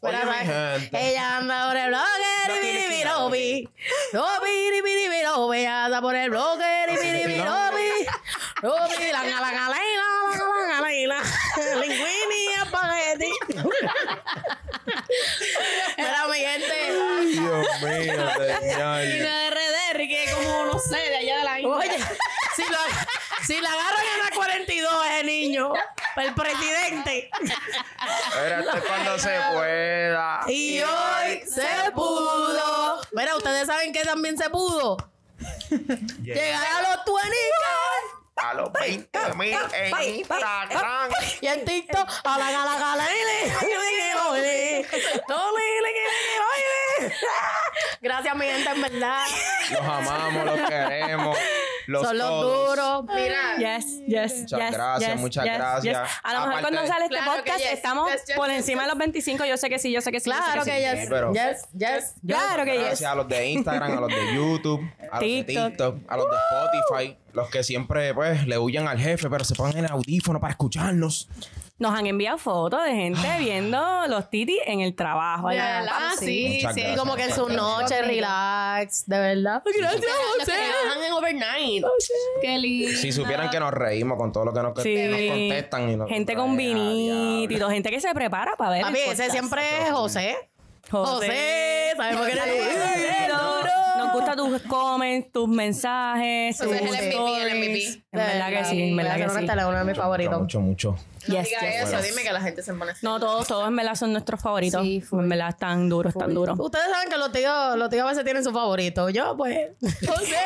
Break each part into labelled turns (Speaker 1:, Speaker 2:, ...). Speaker 1: Oye, mi gente.
Speaker 2: Ella anda por el
Speaker 1: No
Speaker 2: blogger,
Speaker 1: tiene
Speaker 2: biri,
Speaker 1: que ir a
Speaker 2: birobi. Robi, biri, biri, birobi. Ella anda por el blogger, biri, birobi. Robi, la gala, gala, y la gala, gala, y la linguini y espagueti. Mira, mi gente.
Speaker 1: Dios mío, señor.
Speaker 3: de RD, Ricky, es como, no sé, de allá de la India.
Speaker 2: Oye, si lo, si la agarran en la 42 ese niño, el presidente.
Speaker 1: Espérate cuando se pueda.
Speaker 2: Y hoy se pudo. Mira, ustedes saben que también se pudo. Llegar a los 20
Speaker 1: a los 20 mil en
Speaker 2: Bye,
Speaker 1: Instagram.
Speaker 2: y en TikTok a la gala gala. ele, ele, ole. Ole, ele, ele, ole. Gracias, mi gente, en verdad.
Speaker 1: Los amamos, los queremos. Los
Speaker 2: Son los
Speaker 1: todos.
Speaker 2: duros.
Speaker 4: Mira,
Speaker 3: Yes, yes,
Speaker 1: Muchas
Speaker 3: yes,
Speaker 1: gracias,
Speaker 3: yes,
Speaker 1: muchas
Speaker 3: yes,
Speaker 1: gracias.
Speaker 3: yes. A lo mejor
Speaker 1: Aparte
Speaker 3: cuando
Speaker 1: de-
Speaker 3: sale este
Speaker 4: Claro que
Speaker 3: podcast
Speaker 4: yes,
Speaker 3: estamos
Speaker 4: yes, yes,
Speaker 3: por
Speaker 4: yes,
Speaker 3: encima de los 25. Yo sé que sí, yo sé que sí. yo sé
Speaker 2: Claro
Speaker 3: sí.
Speaker 2: que yes.
Speaker 1: pero-
Speaker 2: Yes, yes.
Speaker 3: Claro que yes.
Speaker 1: Gracias a los de Instagram, a los de YouTube, a los de
Speaker 3: TikTok.
Speaker 1: TikTok, a los de Spotify, los que siempre pues le huyen al jefe, pero se ponen el audífono para escucharnos.
Speaker 3: Nos han enviado fotos de gente viendo los titis en el trabajo.
Speaker 4: Ah. de
Speaker 3: en la-
Speaker 4: verdad, sí,
Speaker 1: Muchas
Speaker 4: sí.
Speaker 1: gracias.
Speaker 2: Como que en sus
Speaker 1: Gracias.
Speaker 2: noches, relax, de verdad.
Speaker 1: Gracias,
Speaker 4: Los que trabajan en overnight. Qué lindo.
Speaker 1: Si supieran que nos reímos con todo lo que nos, que
Speaker 3: Sí.
Speaker 1: nos contestan. Y nos- Ah,
Speaker 3: gente con
Speaker 1: Ay, a diablo.
Speaker 3: vinito, gente que se prepara para ver. el
Speaker 2: Papi, ese
Speaker 3: podcast.
Speaker 2: siempre es José. José, sabemos que
Speaker 3: José,
Speaker 2: eres tú.
Speaker 3: no, Nos gustan tus comments, tus mensajes.
Speaker 2: Pues
Speaker 4: José es el
Speaker 3: tus
Speaker 4: MVP, el MVP.
Speaker 3: stories. En verdad que sí, en verdad que sí.
Speaker 2: es uno de mis favoritos.
Speaker 1: Mucho, mucho.
Speaker 4: No
Speaker 3: Yes,
Speaker 4: diga
Speaker 3: yes.
Speaker 4: eso,
Speaker 1: Bueno.
Speaker 4: dime que la gente se pone así.
Speaker 3: No, todos, todos en verdad son nuestros favoritos.
Speaker 4: Sí, full.
Speaker 3: en verdad están duros, están duros.
Speaker 2: Ustedes saben que los tíos, los tíos a veces tienen su favorito. Yo, pues, José.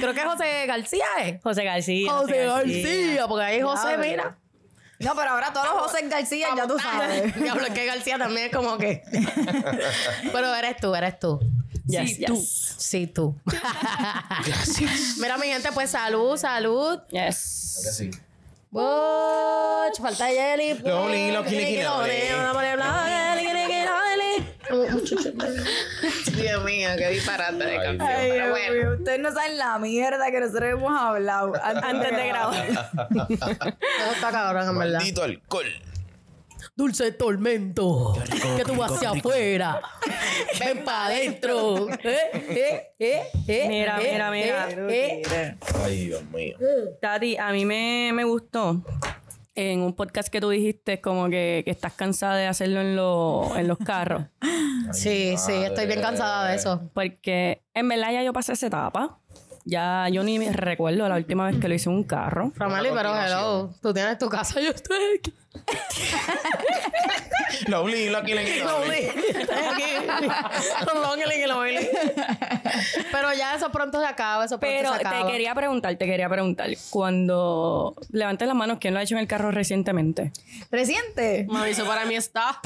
Speaker 2: Creo que José García es.
Speaker 3: José García.
Speaker 2: José García, porque ahí José,
Speaker 5: Diablo.
Speaker 2: mira.
Speaker 5: No, pero ahora todos los José García, ya tú sabes.
Speaker 2: Diablo, es que García también es como que. Pero eres tú, eres tú.
Speaker 3: Yes,
Speaker 4: Sí,
Speaker 3: yes.
Speaker 2: Sí, tú. Mira, mi gente, pues salud, salud.
Speaker 3: Yes.
Speaker 1: Que sí.
Speaker 2: Boch, falta Jelly.
Speaker 1: Lo li, lo kili, kili, lo
Speaker 2: eh.
Speaker 1: li.
Speaker 4: Dios mío, qué disparate de
Speaker 1: Ay,
Speaker 4: canción.
Speaker 1: Dios.
Speaker 5: Ay,
Speaker 4: Pero
Speaker 5: Dios
Speaker 4: bueno.
Speaker 5: mío, Ustedes no saben la mierda que nosotros hemos hablado antes,
Speaker 3: Antes de grabar.
Speaker 2: Eso está cabrón, en verdad.
Speaker 1: Maldito alcohol.
Speaker 2: Dulce tormento.
Speaker 1: rico,
Speaker 2: que tú vas hacia
Speaker 1: rico, rico.
Speaker 2: afuera. Ven para adentro. Eh, eh, eh, eh,
Speaker 3: Mira,
Speaker 2: eh,
Speaker 3: mira, mira.
Speaker 2: eh, eh.
Speaker 1: Ay, Dios mío.
Speaker 3: Tati, a mí me, me gustó. En un podcast que tú dijiste, como que, que estás cansada de hacerlo en, lo- en los carros.
Speaker 2: Sí, sí, estoy bien cansada de eso.
Speaker 3: Porque en verdad ya yo pasé esa etapa. Ya yo ni me recuerdo la última vez que lo hice en un carro.
Speaker 2: Ramali, pero hello. Tú tienes tu casa, yo estoy aquí.
Speaker 1: Lo li, lo kili, kili, lo li.
Speaker 2: Estoy aquí. Longling, longling. Pero ya eso pronto se acaba, eso pronto
Speaker 3: Pero
Speaker 2: se acaba.
Speaker 3: te quería preguntar, te quería preguntar. Cuando levantes las manos, ¿quién lo ha hecho en el carro recientemente?
Speaker 5: Reciente.
Speaker 4: Mami, eso para mí está.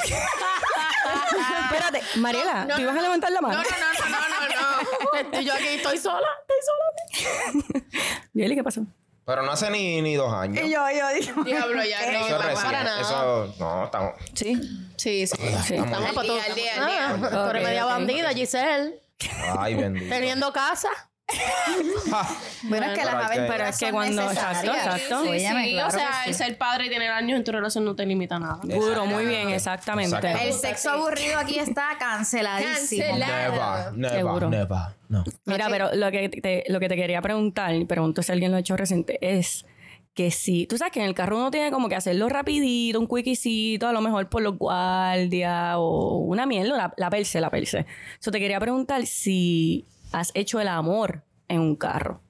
Speaker 3: Espérate, Mariela, ¿tú ibas a levantar la mano?
Speaker 4: Ah. No, no, no, no, no, no.
Speaker 2: Estoy yo aquí, estoy sola, estoy sola.
Speaker 3: Yeli, ¿qué pasó?
Speaker 1: Pero no hace ni, ni dos años.
Speaker 5: Y yo, yo digo.
Speaker 4: Diablo, ya
Speaker 1: Eso
Speaker 4: no,
Speaker 1: es
Speaker 4: no,
Speaker 1: recién.
Speaker 4: para nada.
Speaker 1: Eso, no, estamos.
Speaker 3: Sí.
Speaker 4: Sí, sí.
Speaker 3: Sí.
Speaker 4: Estamos al día, al día, al día.
Speaker 2: Ah, tú eres
Speaker 3: Ok,
Speaker 2: media
Speaker 3: ok.
Speaker 2: bandida, Giselle.
Speaker 1: Ay, bendito.
Speaker 2: Teniendo casa.
Speaker 5: Bueno, es que
Speaker 1: Pero
Speaker 5: las
Speaker 1: hay que-
Speaker 5: aventuras
Speaker 3: Pero es que
Speaker 5: son
Speaker 3: cuando-
Speaker 5: necesarias.
Speaker 3: exacto, exacto.
Speaker 4: Sí, sí,
Speaker 5: Óyeme,
Speaker 4: o
Speaker 5: claro
Speaker 4: sea,
Speaker 5: que
Speaker 4: el
Speaker 5: sí.
Speaker 4: ser padre y tener años en tu relación no te limita a nada.
Speaker 3: Puro, muy bien, exactamente.
Speaker 1: Exacto.
Speaker 5: El sexo aburrido aquí está canceladísimo.
Speaker 4: Cancela-
Speaker 1: Neva, neva,
Speaker 3: Seguro.
Speaker 1: neva. No.
Speaker 3: Mira, pero lo que, te, lo que te quería preguntar, y pregunto si alguien lo ha hecho reciente, es que si, tú sabes que en el carro uno tiene como que hacerlo rapidito, un quickiecito, a lo mejor por los guardias o una mierda, la, la perse, la perse. Yo te quería preguntar si has hecho el amor en un carro.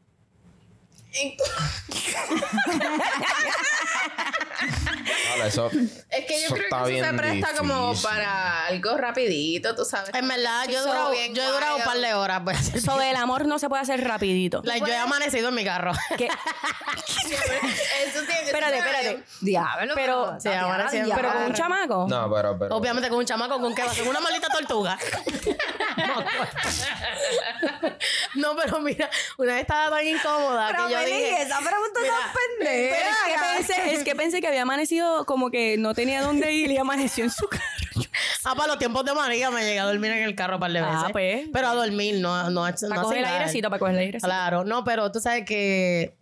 Speaker 1: Vale, eso.
Speaker 4: Es que yo
Speaker 1: eso
Speaker 4: creo
Speaker 1: está
Speaker 4: que eso se
Speaker 1: bien
Speaker 4: presta como
Speaker 1: difícil.
Speaker 4: para algo rapidito, tú sabes.
Speaker 2: En verdad, yo he
Speaker 4: Eso
Speaker 2: durado,
Speaker 4: bien
Speaker 2: yo he durado un
Speaker 4: guayo.
Speaker 2: par de horas. Pues.
Speaker 3: Sobre el amor no se puede hacer rapidito.
Speaker 2: Like, yo he amanecido en mi carro.
Speaker 3: Que-
Speaker 4: Eso tiene que
Speaker 3: espérate,
Speaker 4: ser-
Speaker 3: espérate.
Speaker 5: Diablo,
Speaker 3: Pero-
Speaker 5: no,
Speaker 2: Sí,
Speaker 5: Tatiana,
Speaker 2: ahora sí,
Speaker 5: diablo.
Speaker 3: Pero con un chamaco.
Speaker 1: No, pero, pero.
Speaker 2: Obviamente con un chamaco, ¿con qué va a ser? Una maldita tortuga. no, pero mira, una vez estaba tan incómoda
Speaker 5: Pero
Speaker 2: que yo
Speaker 5: Meli,
Speaker 2: dije...
Speaker 5: esa pregunta tan
Speaker 3: Pero
Speaker 5: pendeja.
Speaker 3: es que, pensé, es que pensé que había amanecido como que no tenía dónde ir y amaneció en su carro.
Speaker 2: Ah, para los tiempos de María me llegué a dormir en el carro un par de veces.
Speaker 3: Ah, pues.
Speaker 2: Pero a dormir, no, no, no a
Speaker 3: Para coger el
Speaker 2: cenar.
Speaker 3: airecito, para coger el airecito.
Speaker 2: Claro, no, pero tú sabes que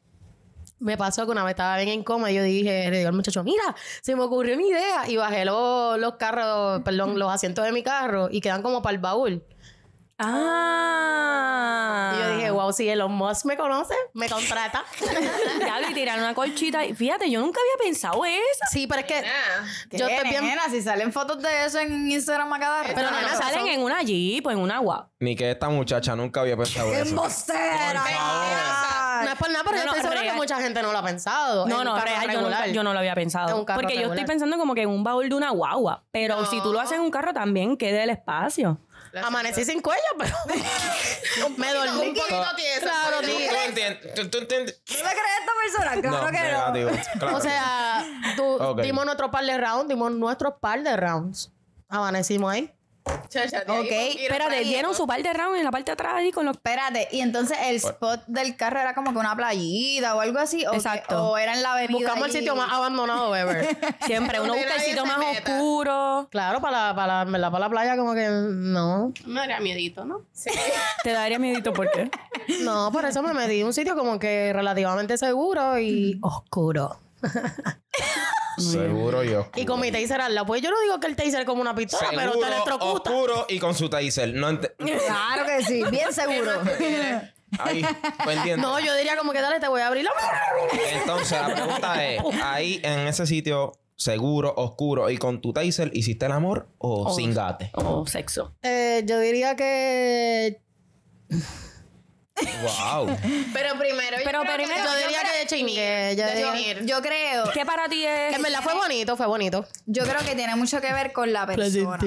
Speaker 2: me pasó que una vez estaba bien en coma y yo dije, le digo al muchacho, mira, se me ocurrió una idea. Y bajé los, los carros, perdón, los asientos de mi carro y quedan como para el baúl.
Speaker 3: Ah.
Speaker 2: Y yo dije, wow, si Elon Musk me conoce, me contrata.
Speaker 3: Diablo, y tirar una colchita. Y Fíjate, yo nunca había pensado eso.
Speaker 2: sí, pero es que
Speaker 5: ¿Qué
Speaker 2: yo estoy
Speaker 5: nena?
Speaker 2: bien...
Speaker 5: si salen fotos de eso en Instagram a cada rato.
Speaker 2: Pero
Speaker 3: Pero
Speaker 2: nena,
Speaker 3: no salen en una jeep o en una guagua.
Speaker 1: Ni que esta muchacha nunca había pensado
Speaker 5: ¡Qué
Speaker 1: eso.
Speaker 5: embustera!
Speaker 2: No es por nada, pero
Speaker 3: No,
Speaker 2: yo
Speaker 3: no,
Speaker 2: estoy segura
Speaker 3: real.
Speaker 2: que mucha gente no lo ha pensado.
Speaker 3: No,
Speaker 2: en
Speaker 3: no,
Speaker 2: un carro
Speaker 3: real, yo, nunca-
Speaker 2: regular.
Speaker 3: yo no lo había pensado.
Speaker 2: En un carro
Speaker 3: porque yo estoy
Speaker 2: regular.
Speaker 3: pensando como que en un baúl de una guagua. Pero si tú lo haces en un carro también, queda el espacio.
Speaker 2: Amanecí sin cuello, pero me dormí.
Speaker 4: un poquito tiesa,
Speaker 2: Claro,
Speaker 4: pero-
Speaker 1: ¿Tú
Speaker 2: sí.
Speaker 1: entiendes? ¿Tú- tú entiendes?
Speaker 5: ¿Tú le crees a esta persona? Claro
Speaker 1: No,
Speaker 5: que
Speaker 1: negativo.
Speaker 5: no.
Speaker 1: Claro
Speaker 2: O
Speaker 1: que no.
Speaker 2: sea, tú,
Speaker 1: Ok.
Speaker 2: dimos nuestro par de rounds, dimos nuestro par de rounds. Amanecimos ahí.
Speaker 5: Ok,
Speaker 3: Espérate, dieron su par de round en la parte de atrás ahí con los...
Speaker 5: Espérate, y entonces el spot del carro era como que una playita o algo así. O
Speaker 3: Exacto.
Speaker 5: que- o era en la avenida.
Speaker 2: Buscamos el
Speaker 5: ahí.
Speaker 2: sitio más abandonado ever.
Speaker 3: Siempre uno
Speaker 4: Donde
Speaker 3: busca el
Speaker 4: nadie
Speaker 3: sitio
Speaker 4: se
Speaker 3: más
Speaker 4: meta.
Speaker 3: oscuro.
Speaker 2: claro, para la, para, la, en verdad, para la playa como que no.
Speaker 4: Me daría miedito, ¿no? Sí.
Speaker 3: Te daría miedito porque...
Speaker 2: No, por eso me metí en un sitio como que relativamente seguro y oscuro.
Speaker 1: Seguro yo.
Speaker 2: Y con mi taser al lado. Pues yo no digo que el taser es como una pistola, pero te electrocuta.
Speaker 1: oscuro y con su taser. No ent-
Speaker 5: Claro que sí, bien seguro.
Speaker 1: Ahí, ¿me entiendes?
Speaker 2: No, yo diría como que dale, te voy a abrir la
Speaker 1: Entonces, la pregunta es, ahí en ese sitio seguro, oscuro y con tu taser, ¿hiciste el amor o sin gate?
Speaker 3: O sexo.
Speaker 2: Eh, yo diría que.
Speaker 1: Wow.
Speaker 4: Pero primero. yo
Speaker 3: Pero
Speaker 4: creo que-
Speaker 3: primero-
Speaker 2: Yo diría que de chingue. Yo diría-
Speaker 5: Yo creo,
Speaker 3: ¿Qué para ti es...?
Speaker 2: En verdad fue bonito, fue bonito.
Speaker 5: yo creo que tiene mucho que ver con la persona.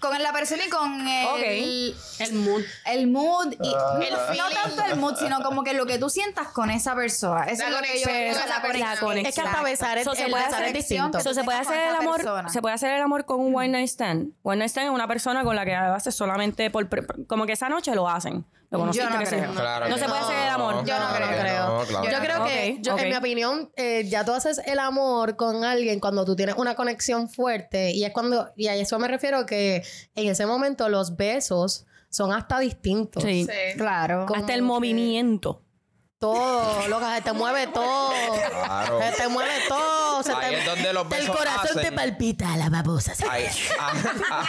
Speaker 5: Con la persona y con el,
Speaker 4: El mood.
Speaker 5: el mood. y- no
Speaker 4: feeling.
Speaker 5: tanto el mood, sino como que lo que tú sientas con esa persona. Eso
Speaker 4: La
Speaker 5: es lo que yo
Speaker 4: conexión,
Speaker 5: creo.
Speaker 4: la
Speaker 5: la
Speaker 4: conexión.
Speaker 5: conexión.
Speaker 2: Es que hasta besar es,
Speaker 3: So, se
Speaker 2: el
Speaker 3: puede
Speaker 2: besar es
Speaker 3: hacer
Speaker 2: distinto.
Speaker 3: So,
Speaker 5: acción,
Speaker 3: se puede
Speaker 5: Con
Speaker 3: hacer el
Speaker 5: esa
Speaker 3: amor,
Speaker 5: persona.
Speaker 3: se puede hacer el amor con un one night stand. One night stand es una persona con la que a veces solamente por pre- como que esa noche lo hacen. Lo conociste,
Speaker 5: Yo no
Speaker 3: qué sé
Speaker 5: creo.
Speaker 1: Claro
Speaker 3: No
Speaker 1: que
Speaker 3: se puede
Speaker 1: no.
Speaker 3: hacer el amor.
Speaker 2: Yo no
Speaker 1: Claro
Speaker 2: creo.
Speaker 1: que no, claro
Speaker 2: Yo
Speaker 1: que
Speaker 2: creo
Speaker 3: no.
Speaker 2: que,
Speaker 3: Ok,
Speaker 2: yo-
Speaker 3: ok.
Speaker 2: en mi opinión, eh, ya tú haces el amor con alguien cuando tú tienes una conexión fuerte. Y es cuando, y a eso me refiero que en ese momento los besos son hasta distintos.
Speaker 3: Sí.
Speaker 5: Claro.
Speaker 3: Hasta el movimiento.
Speaker 2: Todo, loca, se te mueve todo.
Speaker 1: Claro.
Speaker 2: Se te mueve todo. Se
Speaker 1: Ahí
Speaker 2: te-
Speaker 1: es donde los
Speaker 2: el
Speaker 1: besos
Speaker 2: corazón
Speaker 1: hacen.
Speaker 2: te palpita la babosa. se-
Speaker 1: Ahí, ah, ah,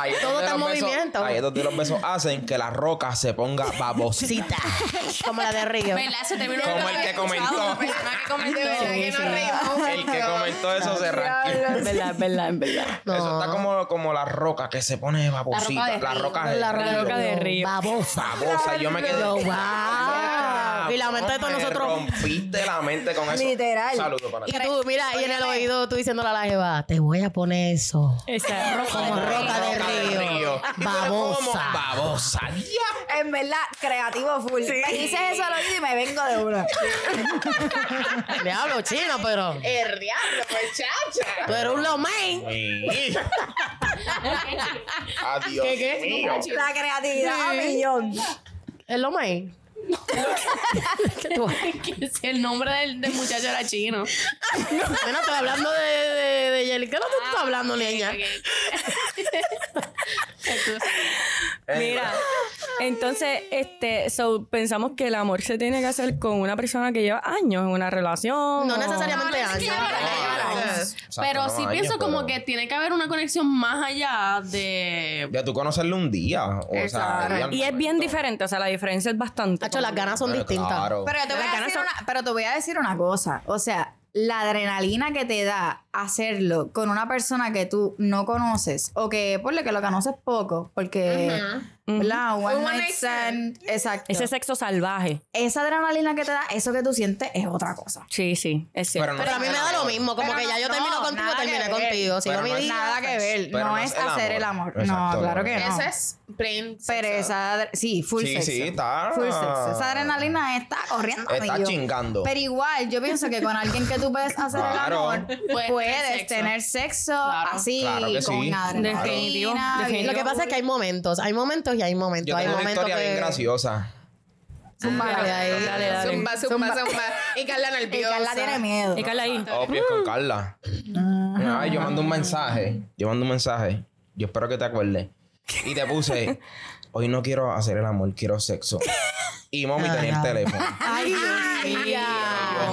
Speaker 1: ahí es
Speaker 2: Todo
Speaker 1: donde
Speaker 2: está en
Speaker 1: los besos-
Speaker 2: movimiento.
Speaker 1: ahí es donde los besos hacen que la roca se ponga
Speaker 2: Cita.
Speaker 1: babosita.
Speaker 2: Como la de Río.
Speaker 4: ¿Verdad? Se terminó
Speaker 1: Como
Speaker 4: una
Speaker 1: el que
Speaker 4: conversación,
Speaker 1: comentó.
Speaker 4: la persona que comentó, ¿verdad? Que nos reímos.
Speaker 1: El que comentó eso se ranquea.
Speaker 3: Es verdad, es verdad, es verdad.
Speaker 1: Eso
Speaker 2: No.
Speaker 1: está como, como la roca que se pone babosita. La roca de
Speaker 2: La
Speaker 1: río.
Speaker 2: roca de Río. Babosa.
Speaker 1: Babosa. Yo me quedé.
Speaker 2: Yo, wow.
Speaker 1: Ah,
Speaker 2: Y la mente de todos
Speaker 1: me
Speaker 2: nosotros.
Speaker 1: Rompiste la mente con eso.
Speaker 5: Literal.
Speaker 1: Saludos para
Speaker 2: Y
Speaker 1: ti.
Speaker 2: tú, mira, y en el oído tú diciéndole a la jeva, te voy a poner eso.
Speaker 3: Esa roca
Speaker 2: Como roca de río.
Speaker 1: Como
Speaker 2: Babosa.
Speaker 1: babosa.
Speaker 5: En verdad, creativo full. Me dices eso al oído y me vengo de una.
Speaker 2: Le hablo chino, pero
Speaker 4: El diablo, muchacha.
Speaker 2: tú eres un lomain.
Speaker 1: Sí. Adiós. mío.
Speaker 5: La creatividad a millón.
Speaker 2: ¿Es lomain?
Speaker 4: Que si el nombre del, del muchacho era chino.
Speaker 2: Mira, estoy hablando de, de, de Yeli. ¿Qué no te estás hablando, niña?
Speaker 4: Ah, Ok.
Speaker 3: Mira, entonces, este, so, pensamos que el amor se tiene que hacer con una persona que lleva años en una relación.
Speaker 2: No
Speaker 3: o-
Speaker 2: necesariamente
Speaker 4: No, no, es que
Speaker 2: años.
Speaker 4: ya era, ya era.
Speaker 1: Exacto,
Speaker 4: Pero
Speaker 1: no,
Speaker 4: sí
Speaker 1: años,
Speaker 4: pienso como
Speaker 1: pero-
Speaker 4: que tiene que haber una conexión más allá de.
Speaker 1: Ya tú conocerlo un día. O sea,
Speaker 4: Exacto.
Speaker 1: ya no
Speaker 3: Y es bien diferente, o sea, la diferencia es bastante.
Speaker 2: Hacho, las ganas son
Speaker 1: Pero
Speaker 2: distintas.
Speaker 1: claro.
Speaker 5: Pero te, voy
Speaker 3: Las
Speaker 5: a
Speaker 3: ganas
Speaker 5: decir
Speaker 3: son-
Speaker 5: una, pero te voy a decir una cosa. O sea, la adrenalina que te da hacerlo con una persona que tú no conoces o que, por lo que lo conoces poco, porque, ¿verdad? One,
Speaker 4: Un one
Speaker 5: night
Speaker 4: night
Speaker 5: stand. Exacto.
Speaker 3: Ese sexo salvaje.
Speaker 5: Esa adrenalina que te da, eso que tú sientes es otra cosa.
Speaker 3: Sí, sí, es cierto.
Speaker 1: no
Speaker 2: Pero a mí me da lo mismo, como
Speaker 5: Pero
Speaker 2: que ya
Speaker 5: no,
Speaker 2: yo
Speaker 5: no,
Speaker 2: termino contigo,
Speaker 5: nada que
Speaker 2: terminé
Speaker 5: ver.
Speaker 2: contigo. Si
Speaker 1: Pero
Speaker 2: no me
Speaker 1: no es
Speaker 2: digas-
Speaker 5: Nada que ver.
Speaker 1: Pero
Speaker 5: No, es hacer el amor.
Speaker 1: Exacto,
Speaker 5: no, claro que no.
Speaker 4: Ese es plain.
Speaker 5: Pero
Speaker 4: sexo.
Speaker 5: esa adre- sí, full
Speaker 1: Sí,
Speaker 5: sexo.
Speaker 1: sí, está.
Speaker 5: Full sexo. Esa adrenalina está corriendo.
Speaker 1: Está
Speaker 5: amigo.
Speaker 1: chingando.
Speaker 5: Pero igual, yo pienso que con alguien que tú puedes hacer
Speaker 1: Claro.
Speaker 5: el amor,
Speaker 4: Puedes
Speaker 5: puedes,
Speaker 4: tener sexo.
Speaker 5: tener sexo
Speaker 4: Claro.
Speaker 5: así,
Speaker 1: Claro que sí.
Speaker 5: con adrenalina.
Speaker 3: Definitivo,
Speaker 5: bien
Speaker 3: definitivo.
Speaker 2: Lo que pasa es que hay momentos, hay momentos y hay momentos.
Speaker 1: Yo
Speaker 2: hay
Speaker 1: tengo una
Speaker 2: momentos
Speaker 1: historia
Speaker 2: que...
Speaker 1: bien graciosa.
Speaker 2: Dale, dale,
Speaker 3: Dale, dale.
Speaker 4: Zumba, zumba, zumba. Y Carla
Speaker 5: Y
Speaker 4: nerviosa.
Speaker 5: Carla tiene miedo.
Speaker 3: Y Carla ahí.
Speaker 1: Oh, pies con Carla.
Speaker 2: Ah.
Speaker 1: Ay, yo mando un mensaje. Yo mando un mensaje. Yo espero que te acuerdes. Y te puse, hoy no
Speaker 2: Ah.
Speaker 1: quiero hacer el amor, quiero sexo. Y mami tenía el teléfono.
Speaker 2: Ay, Dios mío.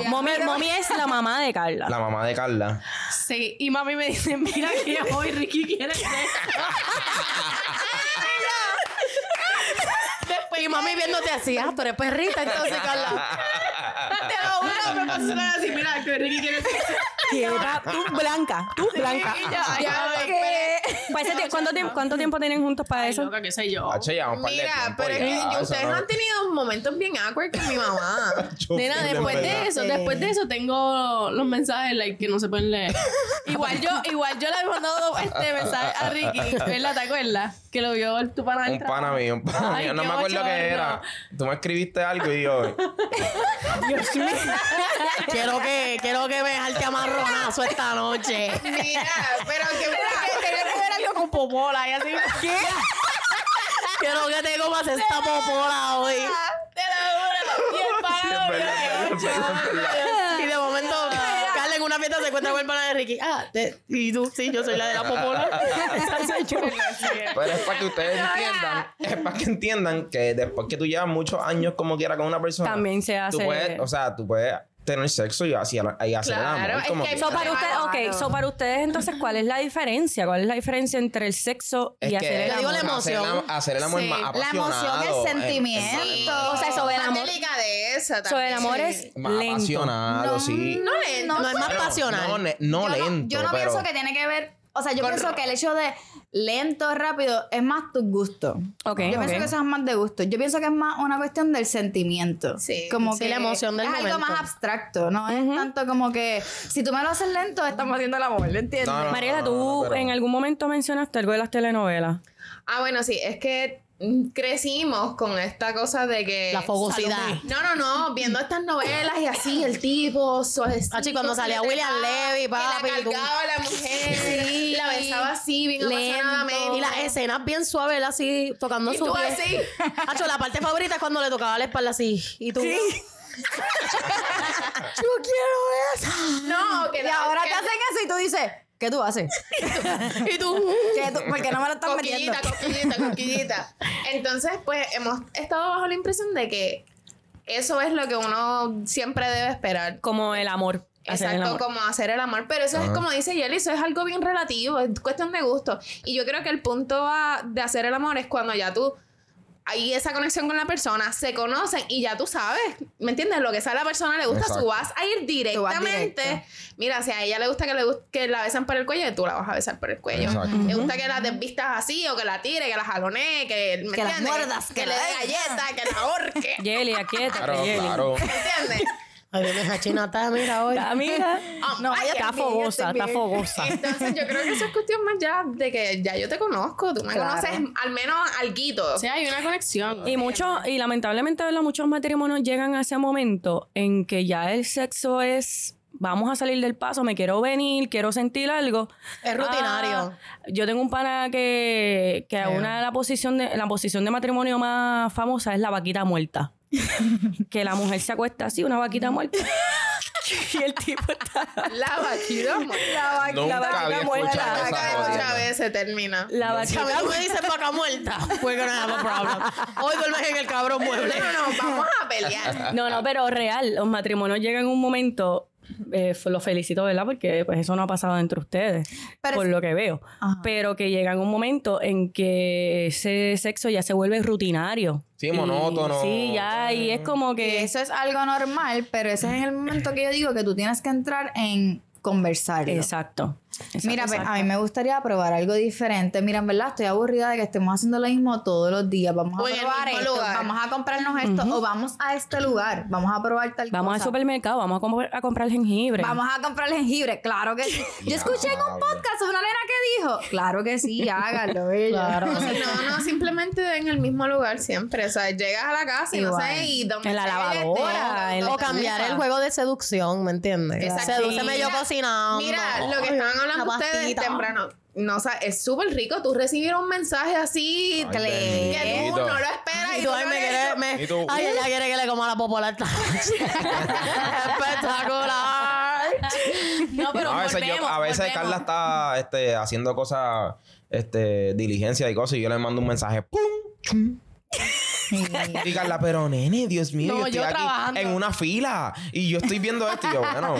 Speaker 1: yo.
Speaker 3: Mommy, mommy es la mamá de Carla.
Speaker 1: La mamá de Carla.
Speaker 4: Sí, y mami me dice, mira que hoy Ricky quiere hacer
Speaker 2: Y mami viéndote así, ah, tú eres perrita, entonces, Carla.
Speaker 4: Te lo juro, me pusieron así, mira que Ricky quiere hacer
Speaker 3: Quieta, tú blanca, tú blanca.
Speaker 4: Y yo, ay,
Speaker 5: Ya,
Speaker 4: ay,
Speaker 5: ¿qué?
Speaker 4: espere.
Speaker 3: Pues ese tie- ¿cuánto, tiempo, ¿Cuánto tiempo tienen juntos para
Speaker 4: Ay,
Speaker 3: eso?
Speaker 4: loca, qué sé yo.
Speaker 1: Hacho, ya un par de
Speaker 6: Mira,
Speaker 1: tiempo
Speaker 6: pero es
Speaker 1: ya,
Speaker 6: que yo-
Speaker 1: eso
Speaker 6: ustedes
Speaker 1: no-
Speaker 6: han tenido momentos bien awkward con mi mamá.
Speaker 1: Yo
Speaker 4: Nena,
Speaker 1: fui de
Speaker 4: después
Speaker 1: verdad.
Speaker 4: de eso,
Speaker 5: Sí.
Speaker 4: después de eso tengo los mensajes like, que no se pueden leer. Igual yo, igual yo le había mandado este mensaje a Ricky, ¿verdad? ¿Te acuerdas? Que lo vio el- tu pana del
Speaker 1: Un pana
Speaker 4: trabajo.
Speaker 1: mío, un pana
Speaker 4: Ay,
Speaker 1: mío. No
Speaker 4: qué
Speaker 1: me acuerdo qué
Speaker 4: bochorno.
Speaker 1: era. Tú me escribiste algo y yo.
Speaker 2: Quiero que, quiero que me dejaste amarronazo esta noche.
Speaker 6: Mira, pero que
Speaker 4: Tiene que ver algo con popola y así.
Speaker 2: ¿Qué? Quiero que te comas esta popola hoy.
Speaker 4: Te lo juro. Y el
Speaker 1: Sí,
Speaker 4: pana
Speaker 1: es
Speaker 4: lo vio
Speaker 1: verdad, es
Speaker 4: que,
Speaker 1: verdad, es verdad.
Speaker 2: Y de momento, Carla en una fiesta se encuentra con el pana de Ricky. Ah, te- y tú, sí, yo soy la de la popola.
Speaker 1: Pero es para que ustedes entiendan, es para que entiendan que después que tú llevas muchos años como quiera con una persona,
Speaker 3: También se hace-
Speaker 1: Tú puedes, o sea, tú puedes tener sexo y, así, y hacer el
Speaker 6: Claro,
Speaker 1: amor.
Speaker 6: es
Speaker 1: como
Speaker 6: que hay
Speaker 1: quiera.
Speaker 3: So, para usted, ok, so, para ustedes, entonces, ¿cuál es la diferencia? ¿Cuál es la diferencia entre el sexo
Speaker 1: Es
Speaker 3: y hacer el
Speaker 2: Le digo la
Speaker 3: amor?
Speaker 2: emoción.
Speaker 1: Hacer, el am- hacer el amor
Speaker 6: Sí,
Speaker 1: más
Speaker 6: la
Speaker 5: La emoción,
Speaker 1: apasionado,
Speaker 5: el
Speaker 1: eh,
Speaker 5: sentimiento.
Speaker 1: eh,
Speaker 3: O sea, sobre el
Speaker 6: Más
Speaker 3: amor.
Speaker 6: delicadeza
Speaker 3: So, el
Speaker 6: también.
Speaker 3: amor es
Speaker 1: Más
Speaker 3: lento.
Speaker 1: apasionado, sí.
Speaker 5: No,
Speaker 6: lento.
Speaker 2: No es más pasional.
Speaker 1: No, ne- no
Speaker 5: yo no-
Speaker 1: lento,
Speaker 5: yo no
Speaker 1: pero...
Speaker 5: pienso que tiene que ver. O sea, yo pienso que el hecho de lento, rápido, es más tu gusto.
Speaker 3: Ok,
Speaker 5: yo
Speaker 3: ok.
Speaker 5: pienso que eso es más de gusto. Yo pienso que es más una cuestión del sentimiento.
Speaker 6: Sí,
Speaker 5: como
Speaker 2: sí,
Speaker 5: que
Speaker 2: la emoción del
Speaker 5: Es algo
Speaker 2: momento.
Speaker 5: más abstracto, no es tanto como que si tú me lo haces lento, estamos haciendo el amor, ¿entiendes?
Speaker 1: No, no,
Speaker 3: Mariela,
Speaker 1: no, no, no,
Speaker 3: tú
Speaker 1: pero-
Speaker 3: en algún momento mencionaste algo de las telenovelas.
Speaker 6: Ah, bueno, sí, es que mm, crecimos con esta cosa de que.
Speaker 2: La fogosidad.
Speaker 6: Salomé. No, no, no, viendo estas novelas y así, el tipo. suavecito,
Speaker 2: Ah, sí, cuando
Speaker 6: que
Speaker 2: salía
Speaker 6: le
Speaker 2: William
Speaker 6: pegaba,
Speaker 2: Levy, papi,
Speaker 6: Que la
Speaker 2: tú-
Speaker 6: cargaba la mujer.
Speaker 5: Sí.
Speaker 6: La besaba así, bien apasionadamente.
Speaker 2: Y las escenas bien suaves, él así, tocando
Speaker 6: Y
Speaker 2: su
Speaker 6: tú
Speaker 2: pie.
Speaker 6: así.
Speaker 2: Hacho, la parte favorita es cuando le tocaba la espalda así. Y tú. Yo quiero esa.
Speaker 6: No, que
Speaker 5: Y ahora te hacen eso y tú dices, ¿qué tú haces?
Speaker 2: Y tú.
Speaker 5: ¿Qué tú- ¿Por qué no me lo estás metiendo?
Speaker 6: Coquillita, coquillita, coquillita. Entonces, pues hemos estado bajo la impresión de que eso es lo que uno siempre debe esperar.
Speaker 3: Como el amor. hacer el
Speaker 6: Exacto,
Speaker 3: amor.
Speaker 6: como hacer el amor. Pero eso es
Speaker 1: Ajá.
Speaker 6: como dice Yeli, eso es algo bien relativo, es cuestión de gusto. Y yo creo que el punto a- de hacer el amor es cuando ya tú hay esa conexión con la persona, se conocen y ya tú sabes, ¿me entiendes? Lo que sea a la persona le gusta,
Speaker 1: Exacto.
Speaker 6: tú vas a ir
Speaker 5: Tú vas
Speaker 6: directamente.
Speaker 5: directo.
Speaker 6: Mira, si a ella le gusta que, le gust- que la besan por el cuello, tú la vas a besar por el cuello.
Speaker 1: Exacto.
Speaker 6: Le gusta que la desvistas así o que la tire, que la jalonee, que, ¿me
Speaker 5: Que la
Speaker 6: entiendes?
Speaker 5: muerdas,
Speaker 6: que,
Speaker 5: que
Speaker 6: le
Speaker 5: la-
Speaker 6: dé galleta, que la ahorque.
Speaker 3: Yeli, aquíétate,
Speaker 1: Claro,
Speaker 3: Yeli.
Speaker 1: claro.
Speaker 6: ¿Me entiendes?
Speaker 2: Ay, viene esa china, está, mira hoy.
Speaker 3: Ah, mira.
Speaker 5: No, vaya
Speaker 3: está
Speaker 5: también, Ah. yo
Speaker 3: fogosa,
Speaker 5: estoy
Speaker 3: está
Speaker 5: bien.
Speaker 3: fogosa.
Speaker 6: Entonces yo creo que eso es cuestión más ya de que ya yo te conozco, tú me
Speaker 5: Claro.
Speaker 6: conoces al menos alguito.
Speaker 4: O sea, hay una conexión.
Speaker 3: Y muchos, y lamentablemente, ¿verdad? muchos matrimonios llegan a ese momento en que ya el sexo es, vamos a salir del paso, me quiero venir, quiero sentir algo.
Speaker 2: Es rutinario.
Speaker 3: Ah, yo tengo un pana que, que una de la posición de la posición de matrimonio más famosa es la vaquita muerta. que la mujer se acuesta así, una vaquita muerta. y el tipo está
Speaker 6: La vaquita muerta.
Speaker 1: Nunca había
Speaker 3: La
Speaker 1: escuchado
Speaker 6: Acá
Speaker 1: esa
Speaker 6: Muchas
Speaker 1: jodida.
Speaker 6: veces termina.
Speaker 3: la vaquita
Speaker 2: ¿Sabes? Tú me dices vaca muerta. pues We're gonna have a problem. Hoy duermes en el cabrón mueble.
Speaker 6: No, no, vamos a pelear.
Speaker 3: No, no, pero real, los matrimonios llegan en un momento, eh, f- los felicito, ¿verdad? Porque pues eso no ha pasado entre ustedes,
Speaker 5: Pero
Speaker 3: por
Speaker 5: es-
Speaker 3: lo que veo.
Speaker 5: Ajá.
Speaker 3: Pero que llegan un momento en que ese sexo ya se vuelve rutinario.
Speaker 1: Sí,
Speaker 3: Y-
Speaker 1: monótono.
Speaker 3: sí, ya, y es como
Speaker 5: Que
Speaker 3: que...
Speaker 5: eso es algo normal, pero ese es el momento que yo digo que tú tienes que entrar en conversar.
Speaker 3: Exacto. exacto,
Speaker 5: Mira, pues,
Speaker 3: exacto.
Speaker 5: a mí me gustaría probar algo diferente. Mira, en verdad estoy aburrida de que estemos haciendo lo mismo todos los días. Vamos a
Speaker 6: O en el
Speaker 5: probar
Speaker 6: mismo
Speaker 5: esto,
Speaker 6: lugar.
Speaker 5: vamos a comprarnos esto o vamos a este lugar, vamos a probar tal
Speaker 3: Vamos al
Speaker 5: cosa.
Speaker 3: supermercado, vamos a, com- a comprar jengibre.
Speaker 5: Vamos a comprar jengibre, claro que sí. Yo escuché en un
Speaker 1: Diablo.
Speaker 5: podcast sobre una nena que dijo, claro que sí, hágalo,
Speaker 2: Claro.
Speaker 5: ella.
Speaker 6: No, si no, no, simplemente en el mismo lugar siempre. O sea, llegas a la casa y no
Speaker 5: Igual.
Speaker 6: sé, y donde
Speaker 3: En la
Speaker 6: sea que estés,
Speaker 3: lavadora, en
Speaker 6: donde
Speaker 2: O cambiar el
Speaker 6: estés.
Speaker 2: juego de seducción, ¿me entiendes?
Speaker 6: Exacto.
Speaker 2: Sedúceme yo
Speaker 6: Mira,
Speaker 2: cocinando.
Speaker 6: Mira, lo que estaban hablando
Speaker 2: la
Speaker 6: ustedes
Speaker 2: pastita.
Speaker 6: temprano. No, o sea, es súper rico tú recibir un mensaje así
Speaker 1: Ay,
Speaker 6: que tú
Speaker 1: bendito.
Speaker 6: no lo esperas
Speaker 2: Y
Speaker 6: y
Speaker 2: tú,
Speaker 6: no
Speaker 2: ay,
Speaker 6: lo
Speaker 2: me
Speaker 6: has
Speaker 2: quiere,
Speaker 6: hecho.
Speaker 2: me-
Speaker 1: Y tú,
Speaker 2: ay,
Speaker 1: uh.
Speaker 2: ella quiere que le coma la popola esta noche. Espectacular.
Speaker 4: No, pero
Speaker 1: No, a veces, yo-
Speaker 4: volvemos,
Speaker 1: a veces
Speaker 4: volvemos.
Speaker 1: Carla está este, haciendo cosas, este, diligencia y cosas, y yo le mando un mensaje, ¡pum! chum,
Speaker 5: Sí.
Speaker 1: Y Carla, pero nene, Dios mío,
Speaker 4: No,
Speaker 1: yo estoy
Speaker 4: yo
Speaker 1: aquí
Speaker 4: trabajando.
Speaker 1: en una fila y yo estoy viendo esto y yo, bueno,